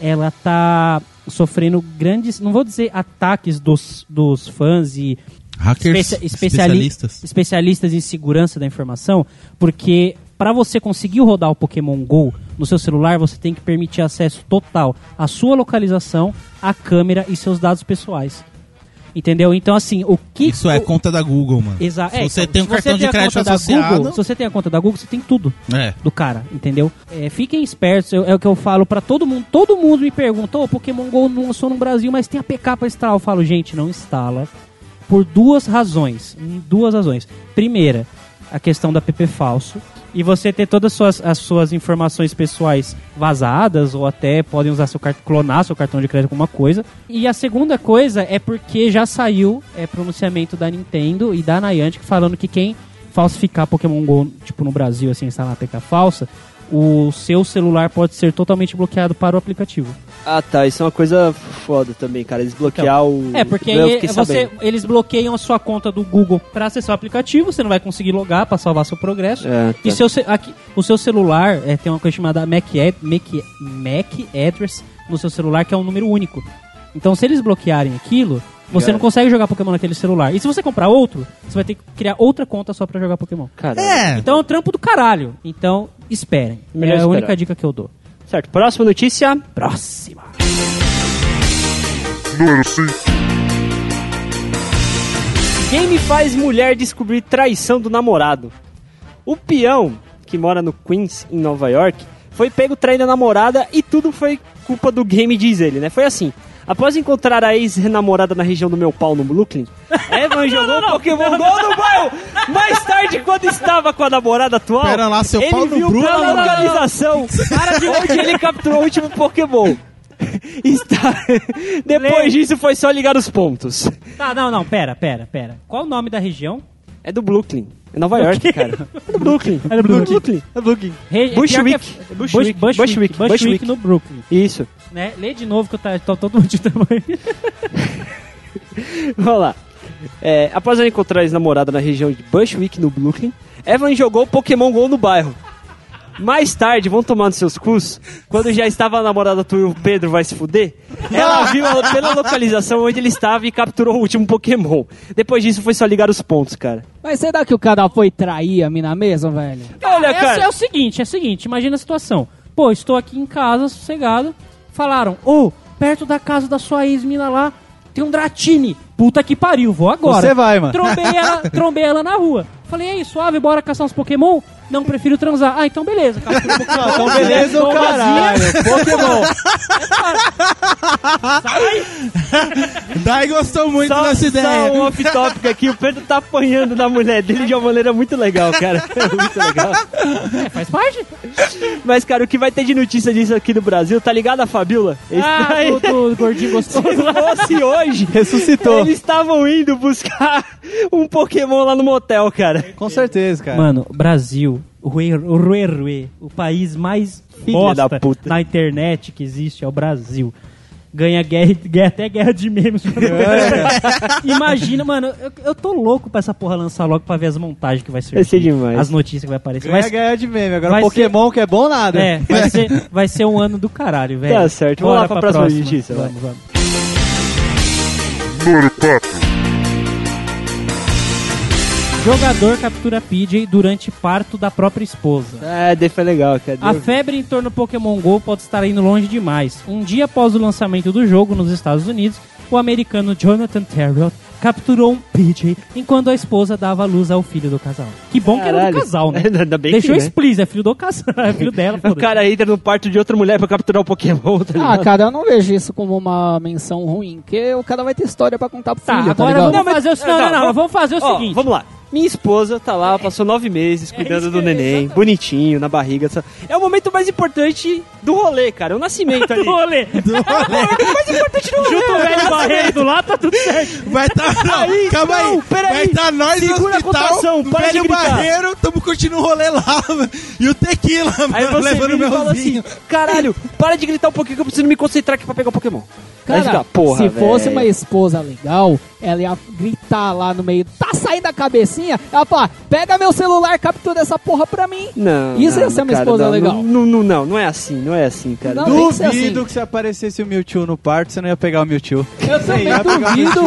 [SPEAKER 3] ela tá sofrendo grandes, não vou dizer ataques dos, dos fãs e
[SPEAKER 1] Hackers
[SPEAKER 3] Especia- especiali- especialistas em segurança da informação, porque para você conseguir rodar o Pokémon Go no seu celular, você tem que permitir acesso total à sua localização, à câmera e seus dados pessoais. Entendeu? Então, assim, o que.
[SPEAKER 1] Isso é
[SPEAKER 3] o-
[SPEAKER 1] conta da Google, mano.
[SPEAKER 3] Exa-
[SPEAKER 1] Se
[SPEAKER 3] é,
[SPEAKER 1] você
[SPEAKER 3] então,
[SPEAKER 1] tem um
[SPEAKER 3] se
[SPEAKER 1] cartão
[SPEAKER 3] você
[SPEAKER 1] de
[SPEAKER 3] a
[SPEAKER 1] crédito
[SPEAKER 3] conta da
[SPEAKER 1] associado.
[SPEAKER 3] Google, se você tem a conta da Google, você tem tudo
[SPEAKER 1] É.
[SPEAKER 3] do cara, entendeu? É, fiquem espertos, é, é o que eu falo pra todo mundo. Todo mundo me pergunta, ô, Pokémon GO não lançou no Brasil, mas tem a PK pra instalar. Eu falo, gente, não instala. Por duas razões. Hum, Duas razões. Primeira, a questão da PP falso. E você ter todas as suas, as suas informações pessoais vazadas, ou até podem usar seu cartão, clonar seu cartão de crédito com alguma coisa. E a segunda coisa é porque já saiu é, pronunciamento da Nintendo e da Niantic falando que quem falsificar Pokémon GO, tipo, no Brasil, assim, instalar uma PK falsa, o seu celular pode ser totalmente bloqueado para o aplicativo.
[SPEAKER 2] Ah, tá. Isso é uma coisa foda também, cara. Desbloquear o.
[SPEAKER 3] É, porque
[SPEAKER 2] Eu
[SPEAKER 3] aí
[SPEAKER 2] fiquei
[SPEAKER 3] você,
[SPEAKER 2] sabendo.
[SPEAKER 3] eles bloqueiam a sua conta do Google para acessar o aplicativo, você não vai conseguir logar para salvar seu progresso.
[SPEAKER 2] É, tá.
[SPEAKER 3] E seu, ce- aqui, o seu celular é, tem uma coisa chamada MAC, ad- MAC, MAC address no seu celular, que é um número único. Então, se eles bloquearem aquilo, você
[SPEAKER 2] Cara.
[SPEAKER 3] não consegue jogar Pokémon naquele celular. E se você comprar outro, você vai ter que criar outra conta só para jogar Pokémon.
[SPEAKER 2] Caralho.
[SPEAKER 1] É.
[SPEAKER 3] Então é um trampo do caralho. Então, esperem.
[SPEAKER 2] Melhor
[SPEAKER 3] é a
[SPEAKER 2] esperar.
[SPEAKER 3] única dica que eu dou.
[SPEAKER 2] Certo, próxima notícia.
[SPEAKER 3] Próxima.
[SPEAKER 7] Número 5.
[SPEAKER 2] Game faz mulher descobrir traição do namorado. O peão, que mora no Queens, em Nova York, foi pego traindo a namorada e tudo foi culpa do game, diz ele, né? Foi assim. Após encontrar a ex-namorada na região do meu pau no Brooklyn, Evan jogou Pokémon Go no bairro. Mais tarde, quando estava com a namorada atual,
[SPEAKER 1] Pera lá, seu
[SPEAKER 2] ele
[SPEAKER 1] pau no
[SPEAKER 2] viu
[SPEAKER 1] Brooklyn,
[SPEAKER 2] pela
[SPEAKER 1] mano.
[SPEAKER 2] localização onde ele capturou o último Pokémon. Está- Depois disso, foi só ligar os pontos.
[SPEAKER 3] Tá, não, não, pera, pera, pera. Qual o nome da região?
[SPEAKER 2] É do Brooklyn. É Nova York, cara. É do Brooklyn.
[SPEAKER 3] É do Brooklyn.
[SPEAKER 2] É do Brooklyn.
[SPEAKER 3] Re
[SPEAKER 2] Bushwick.
[SPEAKER 3] pior que é-
[SPEAKER 2] Bushwick.
[SPEAKER 3] Bush- Bushwick.
[SPEAKER 2] Bushwick.
[SPEAKER 3] Bushwick.
[SPEAKER 2] Bushwick.
[SPEAKER 3] no Brooklyn.
[SPEAKER 2] Isso.
[SPEAKER 3] Né? Lê de novo que eu tá- tô todo mundo de tamanho.
[SPEAKER 2] Vamos lá. É, após ela encontrar a ex-namorada na região de Bushwick, no Brooklyn, Evan jogou Pokémon GO no bairro. Mais tarde, vão tomar nos seus cus, quando já estava a namorada tua e o Pedro vai se fuder, ela viu a- pela localização onde ele estava e capturou o último Pokémon. Depois disso, foi só ligar os pontos, cara.
[SPEAKER 4] Mas será que o cara foi trair a mina mesmo, velho?
[SPEAKER 2] Olha,
[SPEAKER 3] Essa
[SPEAKER 2] cara.
[SPEAKER 3] é o seguinte, é o seguinte, imagina a situação. Pô, estou aqui em casa, sossegado. Falaram, ô, perto da casa da sua ex-mina lá, tem um Dratini. Puta que pariu, vou agora.
[SPEAKER 5] Você vai, mano.
[SPEAKER 3] Trombei ela, trombei ela na rua. Falei, ei, suave, bora caçar uns Pokémon? Não, prefiro transar. Ah, então beleza. captura o Pokémon.
[SPEAKER 5] Então beleza, o
[SPEAKER 3] Tomba
[SPEAKER 5] caralho. Pokémon.
[SPEAKER 1] Dai gostou muito
[SPEAKER 2] Só,
[SPEAKER 1] dessa ideia.
[SPEAKER 2] só um off-topic aqui, o Pedro tá apanhando da mulher dele de uma maneira muito legal, cara. Muito legal.
[SPEAKER 3] É, faz parte.
[SPEAKER 2] Mas, cara, o que vai ter de notícia disso aqui no Brasil, tá ligado a Fabiola? tá Esse
[SPEAKER 3] Ah,
[SPEAKER 2] daí-
[SPEAKER 3] do, do gordinho gostoso.
[SPEAKER 2] Se fosse hoje,
[SPEAKER 5] Ressuscitou.
[SPEAKER 2] eles estavam indo buscar um Pokémon lá no motel, cara.
[SPEAKER 5] Com certeza, cara.
[SPEAKER 6] Mano, Brasil, o Rue- o Rue Rue, o país mais
[SPEAKER 2] Filha
[SPEAKER 6] bosta
[SPEAKER 2] da puta.
[SPEAKER 6] na internet que existe é o Brasil. Ganha, guerra, ganha até guerra de memes.
[SPEAKER 3] É.
[SPEAKER 6] Imagina, mano, eu, eu tô louco pra essa porra lançar logo pra ver as montagens que vai surgir.
[SPEAKER 2] Vai ser demais.
[SPEAKER 6] As notícias que vai aparecer.
[SPEAKER 5] Ganha,
[SPEAKER 6] Vai-
[SPEAKER 5] ganha de meme. Agora
[SPEAKER 3] um
[SPEAKER 6] vai
[SPEAKER 5] Pokémon que é bom nada.
[SPEAKER 6] É, vai ser, vai ser um ano do caralho, velho.
[SPEAKER 2] Tá certo, vamos
[SPEAKER 6] Bora
[SPEAKER 2] lá pra próxima notícia, vai.
[SPEAKER 6] Vamos, vamos. Jogador captura PJ durante parto da própria esposa.
[SPEAKER 2] É, daí foi legal, cara.
[SPEAKER 6] A febre em torno do Pokémon GO pode estar indo longe demais. Um dia após o lançamento do jogo nos Estados Unidos, o americano Jonathan Terrell capturou um PJ enquanto a esposa dava luz ao filho do casal. Que bom que era do
[SPEAKER 2] Caralho.
[SPEAKER 6] casal, né?
[SPEAKER 2] Ainda bem
[SPEAKER 6] Deixou
[SPEAKER 2] que, né?
[SPEAKER 6] explícito, é filho do casal, é filho dela.
[SPEAKER 2] Ah, O
[SPEAKER 6] foda-se.
[SPEAKER 2] cara entra no parto de outra mulher pra capturar o Pokémon, tá
[SPEAKER 4] Ah,
[SPEAKER 2] ligado?
[SPEAKER 4] cara, eu não vejo isso como uma menção ruim, porque o cara vai ter história pra contar pro
[SPEAKER 3] Tá,
[SPEAKER 4] filho, tá
[SPEAKER 3] agora
[SPEAKER 4] ligado?
[SPEAKER 3] vamos fazer o... Não, não, não, vamos fazer o
[SPEAKER 2] Ó,
[SPEAKER 3] seguinte.
[SPEAKER 2] Vamos lá. é Minha esposa tá lá, passou nove meses cuidando do neném, bonitinho, na barriga. sabe? É o momento mais importante do rolê, cara. O nascimento ali.
[SPEAKER 3] Olê, junto
[SPEAKER 2] né?
[SPEAKER 3] o velho barreiro lá, tá tudo certo.
[SPEAKER 1] Vai tá, não,
[SPEAKER 2] Aí,
[SPEAKER 1] calma
[SPEAKER 2] não,
[SPEAKER 1] aí.
[SPEAKER 2] peraí.
[SPEAKER 1] Vai tá nós
[SPEAKER 2] Segura a
[SPEAKER 1] no hospital,
[SPEAKER 2] contação, para de
[SPEAKER 1] velho
[SPEAKER 2] gritar.
[SPEAKER 1] barreiro, tamo curtindo o rolê lá. E o tequila,
[SPEAKER 2] Aí
[SPEAKER 1] mano,
[SPEAKER 2] você vira
[SPEAKER 1] levando
[SPEAKER 2] e fala assim,
[SPEAKER 1] melzinho.
[SPEAKER 2] caralho, para de gritar um pouquinho que eu preciso me concentrar aqui pra pegar o Pokémon. Aí
[SPEAKER 4] Cara,
[SPEAKER 2] fica, porra,
[SPEAKER 4] se
[SPEAKER 2] velho.
[SPEAKER 4] fosse uma esposa legal, ela ia gritar lá no meio, tá saindo a cabecinha, ela fala, pega meu celular, captura essa porra pra mim.
[SPEAKER 2] Não.
[SPEAKER 4] Isso
[SPEAKER 2] não,
[SPEAKER 4] ia ser uma
[SPEAKER 2] cara,
[SPEAKER 4] esposa
[SPEAKER 2] não,
[SPEAKER 4] legal.
[SPEAKER 2] Não, não, não, não, não é assim, não é assim, cara.
[SPEAKER 4] Não, tem que ser
[SPEAKER 5] Duvido
[SPEAKER 4] assim.
[SPEAKER 5] que se aparecesse o Mewtwo no parto, você não ia pegar o Mewtwo.
[SPEAKER 4] Eu também duvido,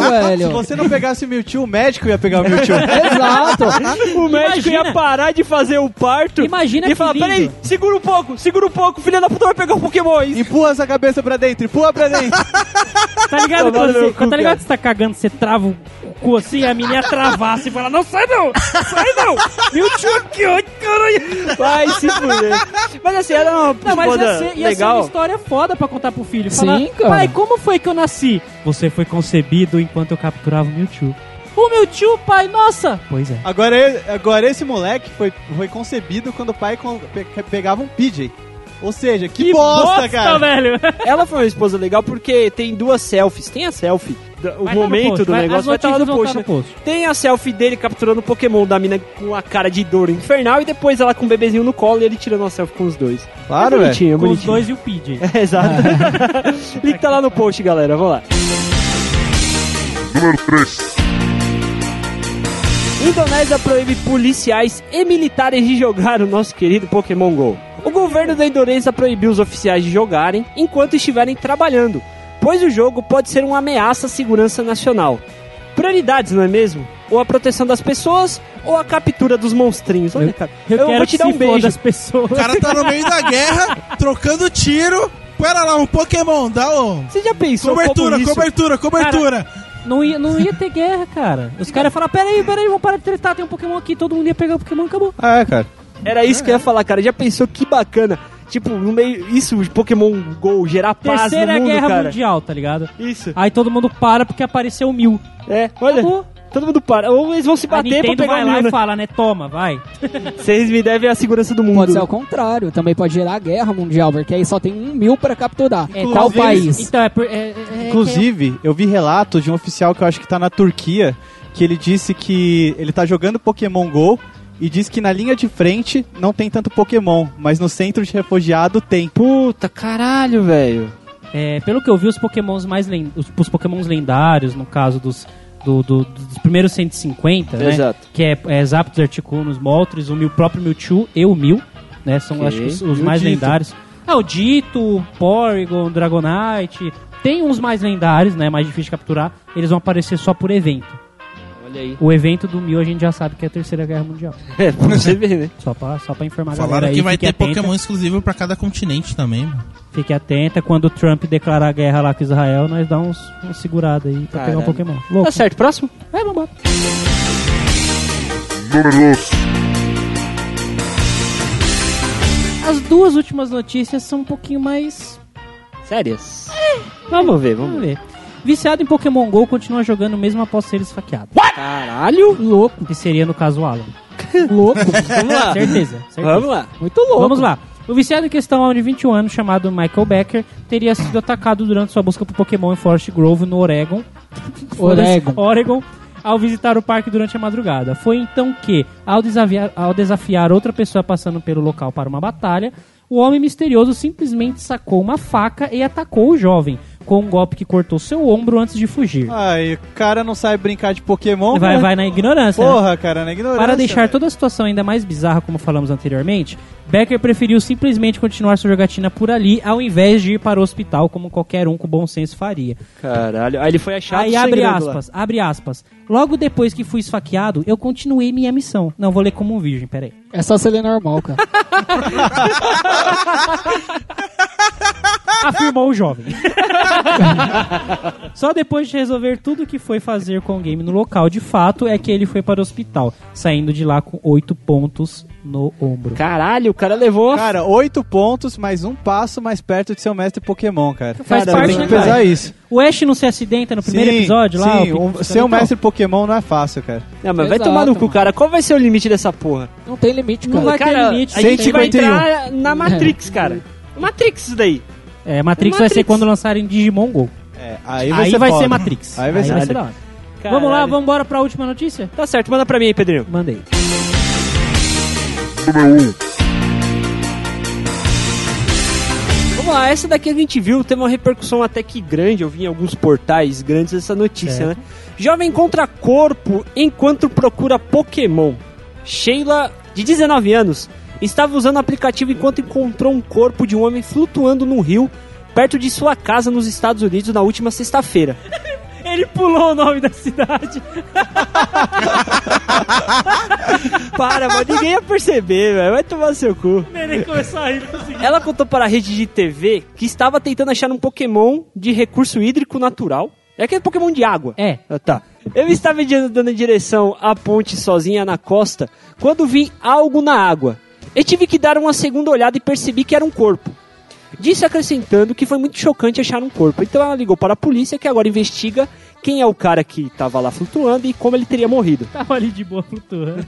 [SPEAKER 5] Se
[SPEAKER 4] velho.
[SPEAKER 5] você não pegasse o Mewtwo, o médico ia pegar o Mewtwo.
[SPEAKER 4] Exato.
[SPEAKER 2] O médico ia
[SPEAKER 3] Imagina.
[SPEAKER 2] parar de fazer o parto
[SPEAKER 3] Imagina
[SPEAKER 2] e
[SPEAKER 3] que
[SPEAKER 2] falar,
[SPEAKER 3] lindo.
[SPEAKER 2] peraí, segura um pouco, segura um pouco, filha da puta vai pegar o Pokémon aí.
[SPEAKER 5] Empurra essa cabeça pra dentro, empurra pra dentro.
[SPEAKER 3] Tá ligado
[SPEAKER 2] Tomar
[SPEAKER 3] quando
[SPEAKER 2] no cu,
[SPEAKER 3] você, tá
[SPEAKER 2] cara.
[SPEAKER 3] ligado que você tá cagando, você trava o cu assim, e a menina ia travar assim e falar, não sai não, sai não. Meu tio aqui, ai caralho.
[SPEAKER 2] Vai se fuder. Mas assim, era uma
[SPEAKER 3] Não, mas ia
[SPEAKER 2] esposa
[SPEAKER 3] ser, ia ser uma
[SPEAKER 2] legal.
[SPEAKER 3] história foda pra contar pro filho.
[SPEAKER 4] Sim,
[SPEAKER 3] Falar,
[SPEAKER 4] cara.
[SPEAKER 3] Pai, como foi que eu nasci? Você foi concebido enquanto eu capturava o meu tio. O meu tio, pai, nossa! Pois é.
[SPEAKER 5] Agora, ele- agora esse moleque foi, foi concebido quando o pai con- pe- pegava um PJ. Ou seja, que, bosta, cara.
[SPEAKER 3] velho!
[SPEAKER 2] Ela foi uma esposa legal porque tem duas selfies. Tem a selfie, da- o
[SPEAKER 3] Vai tá no
[SPEAKER 2] momento
[SPEAKER 3] post,
[SPEAKER 2] do
[SPEAKER 3] vai-
[SPEAKER 2] negócio
[SPEAKER 3] as
[SPEAKER 2] vai estar lá no
[SPEAKER 3] notícias vão
[SPEAKER 2] post.
[SPEAKER 3] tá
[SPEAKER 2] né?
[SPEAKER 3] no post.
[SPEAKER 2] Tem a selfie dele capturando o Pokémon da mina com a cara de dor infernal e depois ela com o bebezinho no colo e ele tirando uma selfie com os dois.
[SPEAKER 5] Claro,
[SPEAKER 2] é bonitinho, é
[SPEAKER 3] Com os
[SPEAKER 2] bonitinho.
[SPEAKER 3] dois e o PJ.
[SPEAKER 2] É, Exato. Link tá lá no post, galera. Vamos lá.
[SPEAKER 7] Número 3.
[SPEAKER 2] Indonésia proíbe policiais e militares de jogar o nosso querido Pokémon GO. O governo da Indonésia proibiu os oficiais de jogarem enquanto estiverem trabalhando, pois o jogo pode ser uma ameaça à segurança nacional. Prioridades, não é mesmo? Ou a proteção das pessoas, ou a captura dos monstrinhos. Olha, cara, eu, vou te dar um beijo.
[SPEAKER 3] das pessoas.
[SPEAKER 1] O cara tá no meio da guerra, trocando tiro. Pera lá, um Pokémon, dá um...
[SPEAKER 2] Você já pensou
[SPEAKER 1] Cobertura,
[SPEAKER 2] como é isso?
[SPEAKER 1] cobertura, cobertura.
[SPEAKER 3] Não ia, não ia ter guerra, cara. Os caras iam falar, peraí, peraí, vamos parar de tretar, tem um Pokémon aqui, todo mundo ia pegar o Pokémon e acabou.
[SPEAKER 5] Ah, é, cara.
[SPEAKER 2] Era isso que eu ia falar, cara. Já pensou que bacana? Tipo, no meio isso, de Pokémon GO, gerar paz
[SPEAKER 3] Terceira
[SPEAKER 2] no mundo,
[SPEAKER 3] Guerra
[SPEAKER 2] cara.
[SPEAKER 3] Mundial, tá ligado?
[SPEAKER 2] Isso.
[SPEAKER 3] Aí todo mundo para porque apareceu o Mil.
[SPEAKER 2] É, olha.
[SPEAKER 3] Acabou.
[SPEAKER 2] Todo mundo para. Ou eles vão se
[SPEAKER 3] A
[SPEAKER 2] bater pra
[SPEAKER 3] Nintendo
[SPEAKER 2] pegar
[SPEAKER 3] vai
[SPEAKER 2] o
[SPEAKER 3] lá
[SPEAKER 2] Mil,
[SPEAKER 3] e
[SPEAKER 2] né?
[SPEAKER 3] fala, né? Toma, vai.
[SPEAKER 2] Vocês me devem a segurança do mundo.
[SPEAKER 4] Pode ser ao contrário, também pode gerar guerra mundial, porque aí só tem um mil pra capturar.
[SPEAKER 3] É,
[SPEAKER 4] tal
[SPEAKER 5] inclusive-
[SPEAKER 4] país.
[SPEAKER 3] Então, é por. é- é- é-
[SPEAKER 5] Inclusive, eu vi relato de um oficial que eu acho que tá na Turquia, que ele disse que ele tá jogando Pokémon GO e diz que na linha de frente não tem tanto Pokémon, mas no centro de refugiado tem.
[SPEAKER 2] Puta, caralho, velho.
[SPEAKER 3] é, pelo que eu vi, os Pokémons mais len- os, os Pokémons lendários, no caso dos, do- do- dos primeiros 150, né?
[SPEAKER 2] Exato.
[SPEAKER 3] Que é, é Zapdos, Articunos, Moltres, o Mil, próprio Mewtwo e o Mil. né? São
[SPEAKER 2] Ok.
[SPEAKER 3] acho que os, os
[SPEAKER 5] E o
[SPEAKER 3] mais
[SPEAKER 5] Dito?
[SPEAKER 3] lendários. Ah, o Dito, o Porygon, Dragonite. Tem uns mais lendários, né? Mais difícil de capturar. Eles vão aparecer só por evento.
[SPEAKER 2] Olha aí.
[SPEAKER 3] O evento do Mil a gente já sabe que é a Terceira Guerra Mundial.
[SPEAKER 2] É, pra você ver, né?
[SPEAKER 3] Só pra, só pra informar a galera
[SPEAKER 1] Falaram
[SPEAKER 3] aí.
[SPEAKER 1] que vai
[SPEAKER 3] fique
[SPEAKER 1] ter
[SPEAKER 3] atenta.
[SPEAKER 1] Pokémon exclusivo pra cada continente também. mano.
[SPEAKER 3] Fique atenta, quando o Trump declarar a guerra lá com Israel, nós dá uns, uns segurada aí pra pegar um
[SPEAKER 2] Caralho.
[SPEAKER 3] Pokémon. Louco.
[SPEAKER 2] Tá certo, próximo?
[SPEAKER 3] Vai, vambora. As duas últimas notícias são um pouquinho mais.
[SPEAKER 2] Sérias? Vamos ver, vamos
[SPEAKER 3] Vamos
[SPEAKER 2] ver.
[SPEAKER 3] ver. Viciado em Pokémon GO continua jogando mesmo após ser esfaqueado.
[SPEAKER 2] Caralho!
[SPEAKER 4] Louco,
[SPEAKER 3] Que seria no caso o Alan.
[SPEAKER 4] louco,
[SPEAKER 2] Vamos lá.
[SPEAKER 3] Certeza, certeza.
[SPEAKER 2] Vamos lá.
[SPEAKER 4] muito Ah. louco.
[SPEAKER 3] Vamos lá. O viciado em questão, homem de 21 anos, chamado Michael Becker, teria sido atacado durante sua busca por Pokémon em Forest Grove, no Oregon,
[SPEAKER 4] Oregon.
[SPEAKER 3] Oregon, ao visitar o parque durante a madrugada. Foi então que, ao desafiar, ao desafiar outra pessoa passando pelo local para uma batalha, o homem misterioso simplesmente sacou uma faca e atacou o jovem, com um golpe que cortou seu ombro antes de fugir.
[SPEAKER 5] Ai, o cara não sabe brincar de Pokémon.
[SPEAKER 3] vai,
[SPEAKER 5] né?
[SPEAKER 3] vai na ignorância. né?
[SPEAKER 5] Porra, cara, na ignorância.
[SPEAKER 3] Para deixar
[SPEAKER 5] velho.
[SPEAKER 3] toda a situação ainda mais bizarra, como falamos anteriormente, Becker preferiu simplesmente continuar sua jogatina por ali, ao invés de ir para o hospital, como qualquer um com bom senso faria.
[SPEAKER 2] Caralho. Aí ele foi achado.
[SPEAKER 3] Aí abre
[SPEAKER 2] sangrando lá.
[SPEAKER 3] aspas, abre aspas. Logo depois que fui esfaqueado, eu continuei minha missão. Não, vou ler como um virgem, peraí.
[SPEAKER 4] É só se ele é normal, cara.
[SPEAKER 3] Afirmou o jovem. Só depois de resolver tudo o que foi fazer com o game no local, de fato, é que ele foi para o hospital, saindo de lá com oito pontos no ombro.
[SPEAKER 2] Caralho, o cara levou.
[SPEAKER 5] Cara, oito pontos, mais um passo mais perto de ser o mestre Pokémon, cara.
[SPEAKER 3] Faz
[SPEAKER 5] Cara,
[SPEAKER 3] parte,
[SPEAKER 5] tem
[SPEAKER 3] né,
[SPEAKER 5] que pesar
[SPEAKER 3] cara?
[SPEAKER 5] isso.
[SPEAKER 3] O Ash não se acidenta no primeiro
[SPEAKER 5] Sim,
[SPEAKER 3] episódio lá?
[SPEAKER 5] Sim,
[SPEAKER 3] o
[SPEAKER 5] um-
[SPEAKER 3] Pikachu
[SPEAKER 5] ser um
[SPEAKER 3] também? tá.
[SPEAKER 5] mestre Pokémon não é fácil, cara.
[SPEAKER 2] Não, mas vai
[SPEAKER 4] Exato,
[SPEAKER 2] tomar no cu,
[SPEAKER 4] mano.
[SPEAKER 2] cara. Qual vai ser o limite dessa porra?
[SPEAKER 4] Não tem limite,
[SPEAKER 3] Não
[SPEAKER 4] cara.
[SPEAKER 3] vai
[SPEAKER 2] cara,
[SPEAKER 3] ter limite.
[SPEAKER 2] a gente vai
[SPEAKER 5] 151.
[SPEAKER 2] entrar na Matrix, cara. Matrix isso daí.
[SPEAKER 3] É, Matrix vai ser
[SPEAKER 2] Matrix.
[SPEAKER 3] quando lançarem Digimon Go.
[SPEAKER 5] É, aí vai,
[SPEAKER 3] Aí
[SPEAKER 5] ser,
[SPEAKER 3] vai
[SPEAKER 5] foda.
[SPEAKER 3] ser Matrix.
[SPEAKER 5] Aí vai ser
[SPEAKER 3] da hora. Vamos lá,
[SPEAKER 2] Caralho.
[SPEAKER 3] vamos embora pra última notícia?
[SPEAKER 2] Tá certo, manda pra mim aí, Pedrinho.
[SPEAKER 3] Mandei.
[SPEAKER 2] Vamos lá, essa daqui a gente viu, teve uma repercussão até que grande, eu vi em alguns portais grandes essa notícia, né? Jovem encontra corpo enquanto procura Pokémon. Sheila, de 19 anos, estava usando o aplicativo enquanto encontrou um corpo de um homem flutuando num rio perto de sua casa nos Estados Unidos na última sexta-feira.
[SPEAKER 3] Ele pulou o nome da cidade.
[SPEAKER 2] Para, mas ninguém ia perceber, velho. Vai tomar seu cu.
[SPEAKER 3] Ele começou a rir. assim,
[SPEAKER 2] Ela contou para a rede de TV que estava tentando achar um Pokémon de recurso hídrico natural. É aquele Pokémon de água.
[SPEAKER 3] É.
[SPEAKER 2] Ah, tá. Eu estava andando em direção à ponte sozinha na costa quando vi algo na água. Eu tive que dar uma segunda olhada e percebi que era um corpo. Disse acrescentando que foi muito chocante achar um corpo. Então ela ligou para a polícia que agora investiga quem é o cara que estava lá flutuando e como ele teria morrido.
[SPEAKER 3] Tava ali de boa flutuando.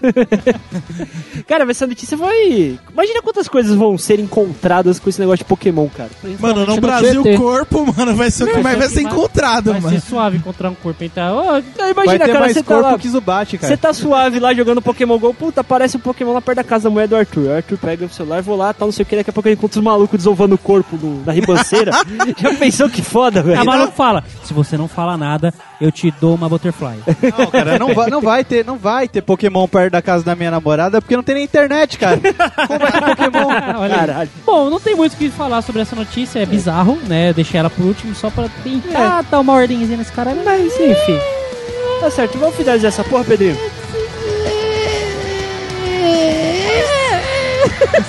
[SPEAKER 2] Cara, mas essa notícia foi. Imagina quantas coisas vão ser encontradas com esse negócio de Pokémon, cara.
[SPEAKER 1] Mano, no
[SPEAKER 4] no
[SPEAKER 1] Brasil,
[SPEAKER 4] Tietê.
[SPEAKER 1] o corpo, mano, vai ser o que mais vai ser encontrado,
[SPEAKER 3] Vai ser
[SPEAKER 1] mano.
[SPEAKER 3] suave encontrar um corpo. Então, ó,
[SPEAKER 2] Aí
[SPEAKER 5] Vai
[SPEAKER 2] Imagina,
[SPEAKER 5] ter
[SPEAKER 2] cara,
[SPEAKER 5] mais
[SPEAKER 2] você tá
[SPEAKER 5] corpo
[SPEAKER 2] lá.
[SPEAKER 5] que Zubat, cara.
[SPEAKER 2] Você tá suave lá jogando Pokémon GO, puta, aparece um Pokémon lá perto da casa da mulher do Arthur. O Arthur pega o celular, vou lá, tal, não sei o que, daqui a pouco ele encontra os malucos desovando o corpo no- na ribanceira. Já pensou que foda, velho?
[SPEAKER 3] a maluco fala: se você não fala nada, eu te dou uma butterfly.
[SPEAKER 5] Não, cara, não vai, não vai ter, não vai ter Pokémon perto da casa da minha namorada porque não tem nem internet, cara. Como vai ter Pokémon?
[SPEAKER 3] Olha aí.
[SPEAKER 2] Caralho.
[SPEAKER 3] Bom, não tem muito o que falar sobre essa notícia, é bizarro, né? Eu deixei ela por último só pra tentar dar uma ordemzinha nesse cara, mas enfim.
[SPEAKER 2] Tá certo, vamos finalizar essa porra, Pedrinho.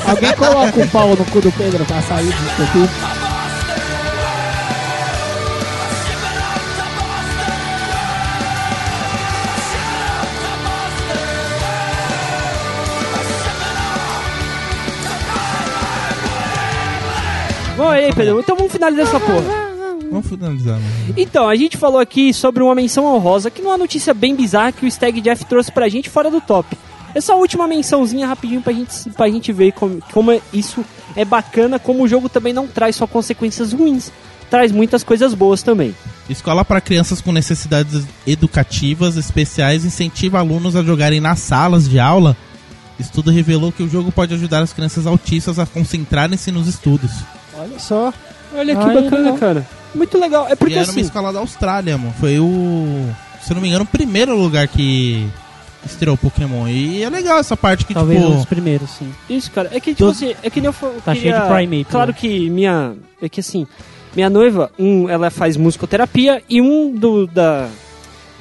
[SPEAKER 4] Alguém coloca um pau no cu do Pedro pra sair do cu.
[SPEAKER 2] Bom, aí, Pedrinho, então vamos finalizar essa porra.
[SPEAKER 1] Vamos finalizar, mano.
[SPEAKER 2] Então, a gente falou aqui sobre uma menção honrosa, que não é uma notícia bem bizarra que o Stag Jeff trouxe pra gente fora do top. É só a última mençãozinha rapidinho pra gente, pra gente ver como, como é- isso é bacana, como o jogo também não traz só consequências ruins, traz muitas coisas boas também.
[SPEAKER 1] Escola para crianças com necessidades educativas especiais incentiva alunos a jogarem nas salas de aula. Estudo revelou que o jogo pode ajudar as crianças autistas a concentrarem-se nos estudos.
[SPEAKER 5] Olha só.
[SPEAKER 2] Olha
[SPEAKER 3] que bacana,
[SPEAKER 2] cara. Muito legal. É
[SPEAKER 1] e
[SPEAKER 2] porque
[SPEAKER 1] era uma
[SPEAKER 2] assim.
[SPEAKER 1] escola da Austrália, mano. Foi o. Se eu não me engano, o primeiro lugar que estreou o Pokémon. E é legal essa parte que,
[SPEAKER 3] Talvez um dos
[SPEAKER 1] tipo.
[SPEAKER 3] primeiros, sim.
[SPEAKER 2] Isso, cara. É que, tipo
[SPEAKER 3] Todo-
[SPEAKER 2] assim, é que nem eu falo.
[SPEAKER 3] Tá cheio de primate,
[SPEAKER 2] Claro
[SPEAKER 3] né?
[SPEAKER 2] que minha. É que assim, minha noiva, um, ela faz musicoterapia e um do, da,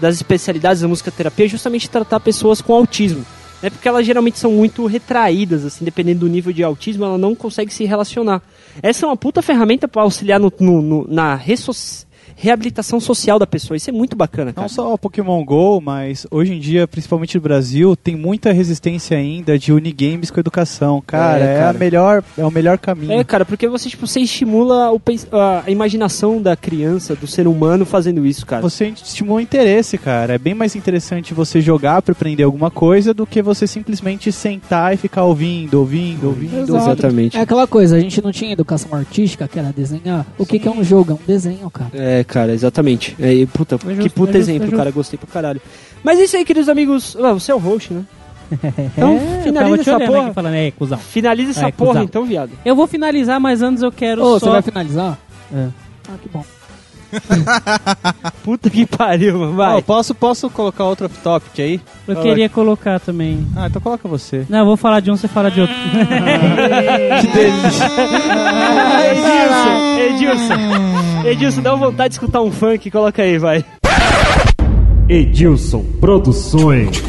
[SPEAKER 2] das especialidades da musicoterapia é justamente tratar pessoas com autismo. É porque elas geralmente são muito retraídas, assim, dependendo do nível de autismo, ela não consegue se relacionar. Essa é uma puta ferramenta pra auxiliar no, no- no- na ressoci- reabilitação social da pessoa. Isso é muito bacana, cara.
[SPEAKER 5] Não só o Pokémon GO, mas hoje em dia, principalmente no Brasil, tem muita resistência ainda de unigames com educação. Cara,
[SPEAKER 2] É,
[SPEAKER 5] é,
[SPEAKER 2] cara.
[SPEAKER 5] a melhor, é o melhor caminho.
[SPEAKER 2] É, cara, porque você, tipo, você estimula o pens- a a imaginação da criança, do ser humano fazendo isso, cara.
[SPEAKER 5] Você estimula o interesse, cara. É bem mais interessante você jogar pra aprender alguma coisa do que você simplesmente sentar e ficar ouvindo, ouvindo, ouvindo.
[SPEAKER 4] Exato.
[SPEAKER 2] Exatamente.
[SPEAKER 4] É aquela coisa, a gente não tinha educação artística, que era desenhar. O que, que é um jogo? É um desenho, cara.
[SPEAKER 2] É, cara, exatamente. É, e puta, que
[SPEAKER 3] justo,
[SPEAKER 2] puta
[SPEAKER 3] é justo,
[SPEAKER 2] exemplo,
[SPEAKER 3] é justo.
[SPEAKER 2] cara, gostei pra caralho. Mas é isso aí, queridos amigos. Ah, você é o host, né? Então,
[SPEAKER 3] É, eu tava
[SPEAKER 2] finaliza
[SPEAKER 3] te
[SPEAKER 2] essa
[SPEAKER 3] olhando
[SPEAKER 2] porra.
[SPEAKER 3] aqui falando, é, cuzão.
[SPEAKER 2] Finaliza essa
[SPEAKER 3] Vai,
[SPEAKER 2] porra,
[SPEAKER 3] cuzão.
[SPEAKER 2] então, viado.
[SPEAKER 3] Eu vou finalizar, mas antes eu quero
[SPEAKER 4] Ô, você
[SPEAKER 3] só...
[SPEAKER 4] vai finalizar?
[SPEAKER 3] É.
[SPEAKER 4] Ah, que bom.
[SPEAKER 2] Puta que pariu, mano. Vai.
[SPEAKER 5] Ó, posso, posso colocar outro off-topic aí?
[SPEAKER 3] Eu queria colocar também...
[SPEAKER 5] Ah, então coloca você.
[SPEAKER 3] Não, eu vou falar de um, você fala de outro.
[SPEAKER 5] Que delícia.
[SPEAKER 2] Edilson, Edilson. Edilson, dá uma vontade de escutar um funk, coloca aí, vai.
[SPEAKER 8] Edilson Produções.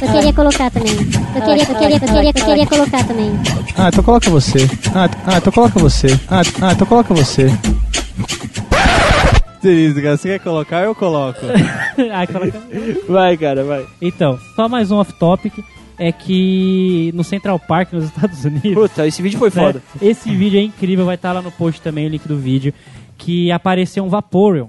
[SPEAKER 9] Eu queria colocar também. Eu queria, eu queria, eu queria, eu queria colocar também.
[SPEAKER 5] Ah, então coloca você. Ah, t- ah, então coloca você. Ah, t- ah, então coloca você. Delícia, cara. Você quer colocar, eu coloco.
[SPEAKER 3] Ai, coloca...
[SPEAKER 2] Vai, cara, vai.
[SPEAKER 3] Então, só mais um off-topic. É que no Central Park, nos Estados Unidos...
[SPEAKER 2] Puta, esse vídeo foi
[SPEAKER 3] né?
[SPEAKER 2] foda.
[SPEAKER 3] Esse vídeo é incrível, vai estar lá no post também o link do vídeo. Que apareceu um Vaporeon,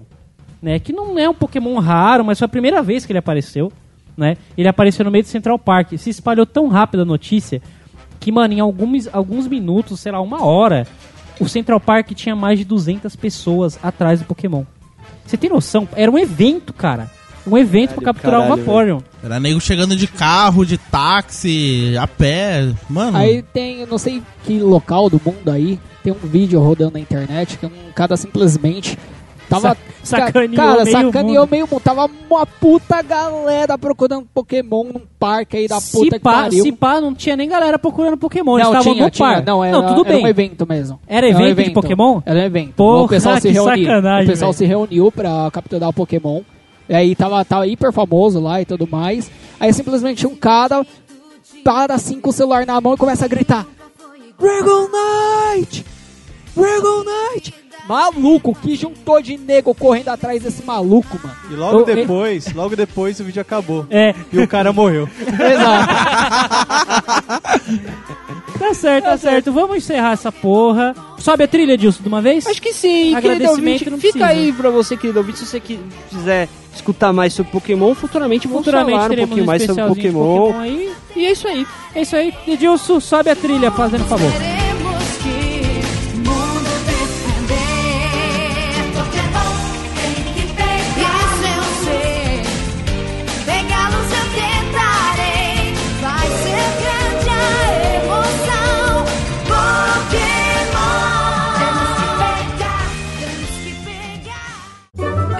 [SPEAKER 3] né? Que não é um Pokémon raro, mas foi a primeira vez que ele apareceu, né? Ele apareceu no meio do Central Park. Se espalhou tão rápido a notícia que, mano, em alguns, alguns minutos, sei lá, uma hora, o Central Park tinha mais de 200 pessoas atrás do Pokémon. Você tem noção? Era um evento, cara. Um evento pra capturar um
[SPEAKER 2] caralho,
[SPEAKER 3] Vaporeon.
[SPEAKER 1] Era nego chegando de carro, de táxi, a pé. Mano.
[SPEAKER 4] Aí tem, eu não sei que local do mundo aí, tem um vídeo rodando na internet que um cara simplesmente tava.
[SPEAKER 3] Sa- sacaneou
[SPEAKER 4] cara,
[SPEAKER 3] meio
[SPEAKER 4] sacaneou
[SPEAKER 3] mundo.
[SPEAKER 4] meio mundo. Tava uma puta galera procurando Pokémon num parque aí da puta
[SPEAKER 3] Se
[SPEAKER 4] que
[SPEAKER 3] pá,
[SPEAKER 4] pariu.
[SPEAKER 3] se pá, não tinha nem galera procurando Pokémon. Eles
[SPEAKER 4] não,
[SPEAKER 3] estavam
[SPEAKER 4] tinha,
[SPEAKER 3] no
[SPEAKER 4] tinha.
[SPEAKER 3] par.
[SPEAKER 4] Não, era,
[SPEAKER 3] tudo
[SPEAKER 4] era
[SPEAKER 3] bem.
[SPEAKER 4] um evento mesmo.
[SPEAKER 3] Era
[SPEAKER 4] um
[SPEAKER 3] evento de Pokémon?
[SPEAKER 4] Era um evento.
[SPEAKER 3] Porra,
[SPEAKER 4] o pessoal se
[SPEAKER 3] que
[SPEAKER 4] reuniu.
[SPEAKER 3] sacanagem,
[SPEAKER 4] o pessoal
[SPEAKER 3] velho.
[SPEAKER 4] se reuniu pra capturar o Pokémon. E aí tava, tava hiper famoso lá e tudo mais. Aí simplesmente um cara para assim com o celular na mão e começa a gritar: Dragon Knight! Dragon Knight! Maluco, que juntou de nego correndo atrás desse maluco, mano.
[SPEAKER 5] E logo
[SPEAKER 3] Eu- eu-
[SPEAKER 5] depois, logo depois o vídeo acabou.
[SPEAKER 3] É,
[SPEAKER 5] E o cara morreu.
[SPEAKER 4] Exato.
[SPEAKER 3] Tá certo, tá certo. Vamos encerrar essa porra. Sobe a trilha, Dilson, de uma vez?
[SPEAKER 2] Acho que sim, querido
[SPEAKER 3] Agradecimento
[SPEAKER 2] ouvinte.
[SPEAKER 3] não
[SPEAKER 2] Fica
[SPEAKER 3] precisa.
[SPEAKER 2] aí pra você, querido ouvinte, se você qui- quiser escutar mais sobre Pokémon, futuramente vamos
[SPEAKER 3] Futuramente
[SPEAKER 2] falar um
[SPEAKER 3] teremos
[SPEAKER 2] pouquinho
[SPEAKER 3] um
[SPEAKER 2] mais sobre
[SPEAKER 3] especialzinho de
[SPEAKER 2] Pokémon.
[SPEAKER 3] Pokémon aí. E é isso aí. É isso aí. Edilson, sobe a trilha, fazendo favor.
[SPEAKER 10] Queremos que o mundo defender. Pokémon tem que pegar seu ser. Pegá-los eu tentarei. Vai ser grande a emoção. Pokémon. Temos que pegar, temos que pegar.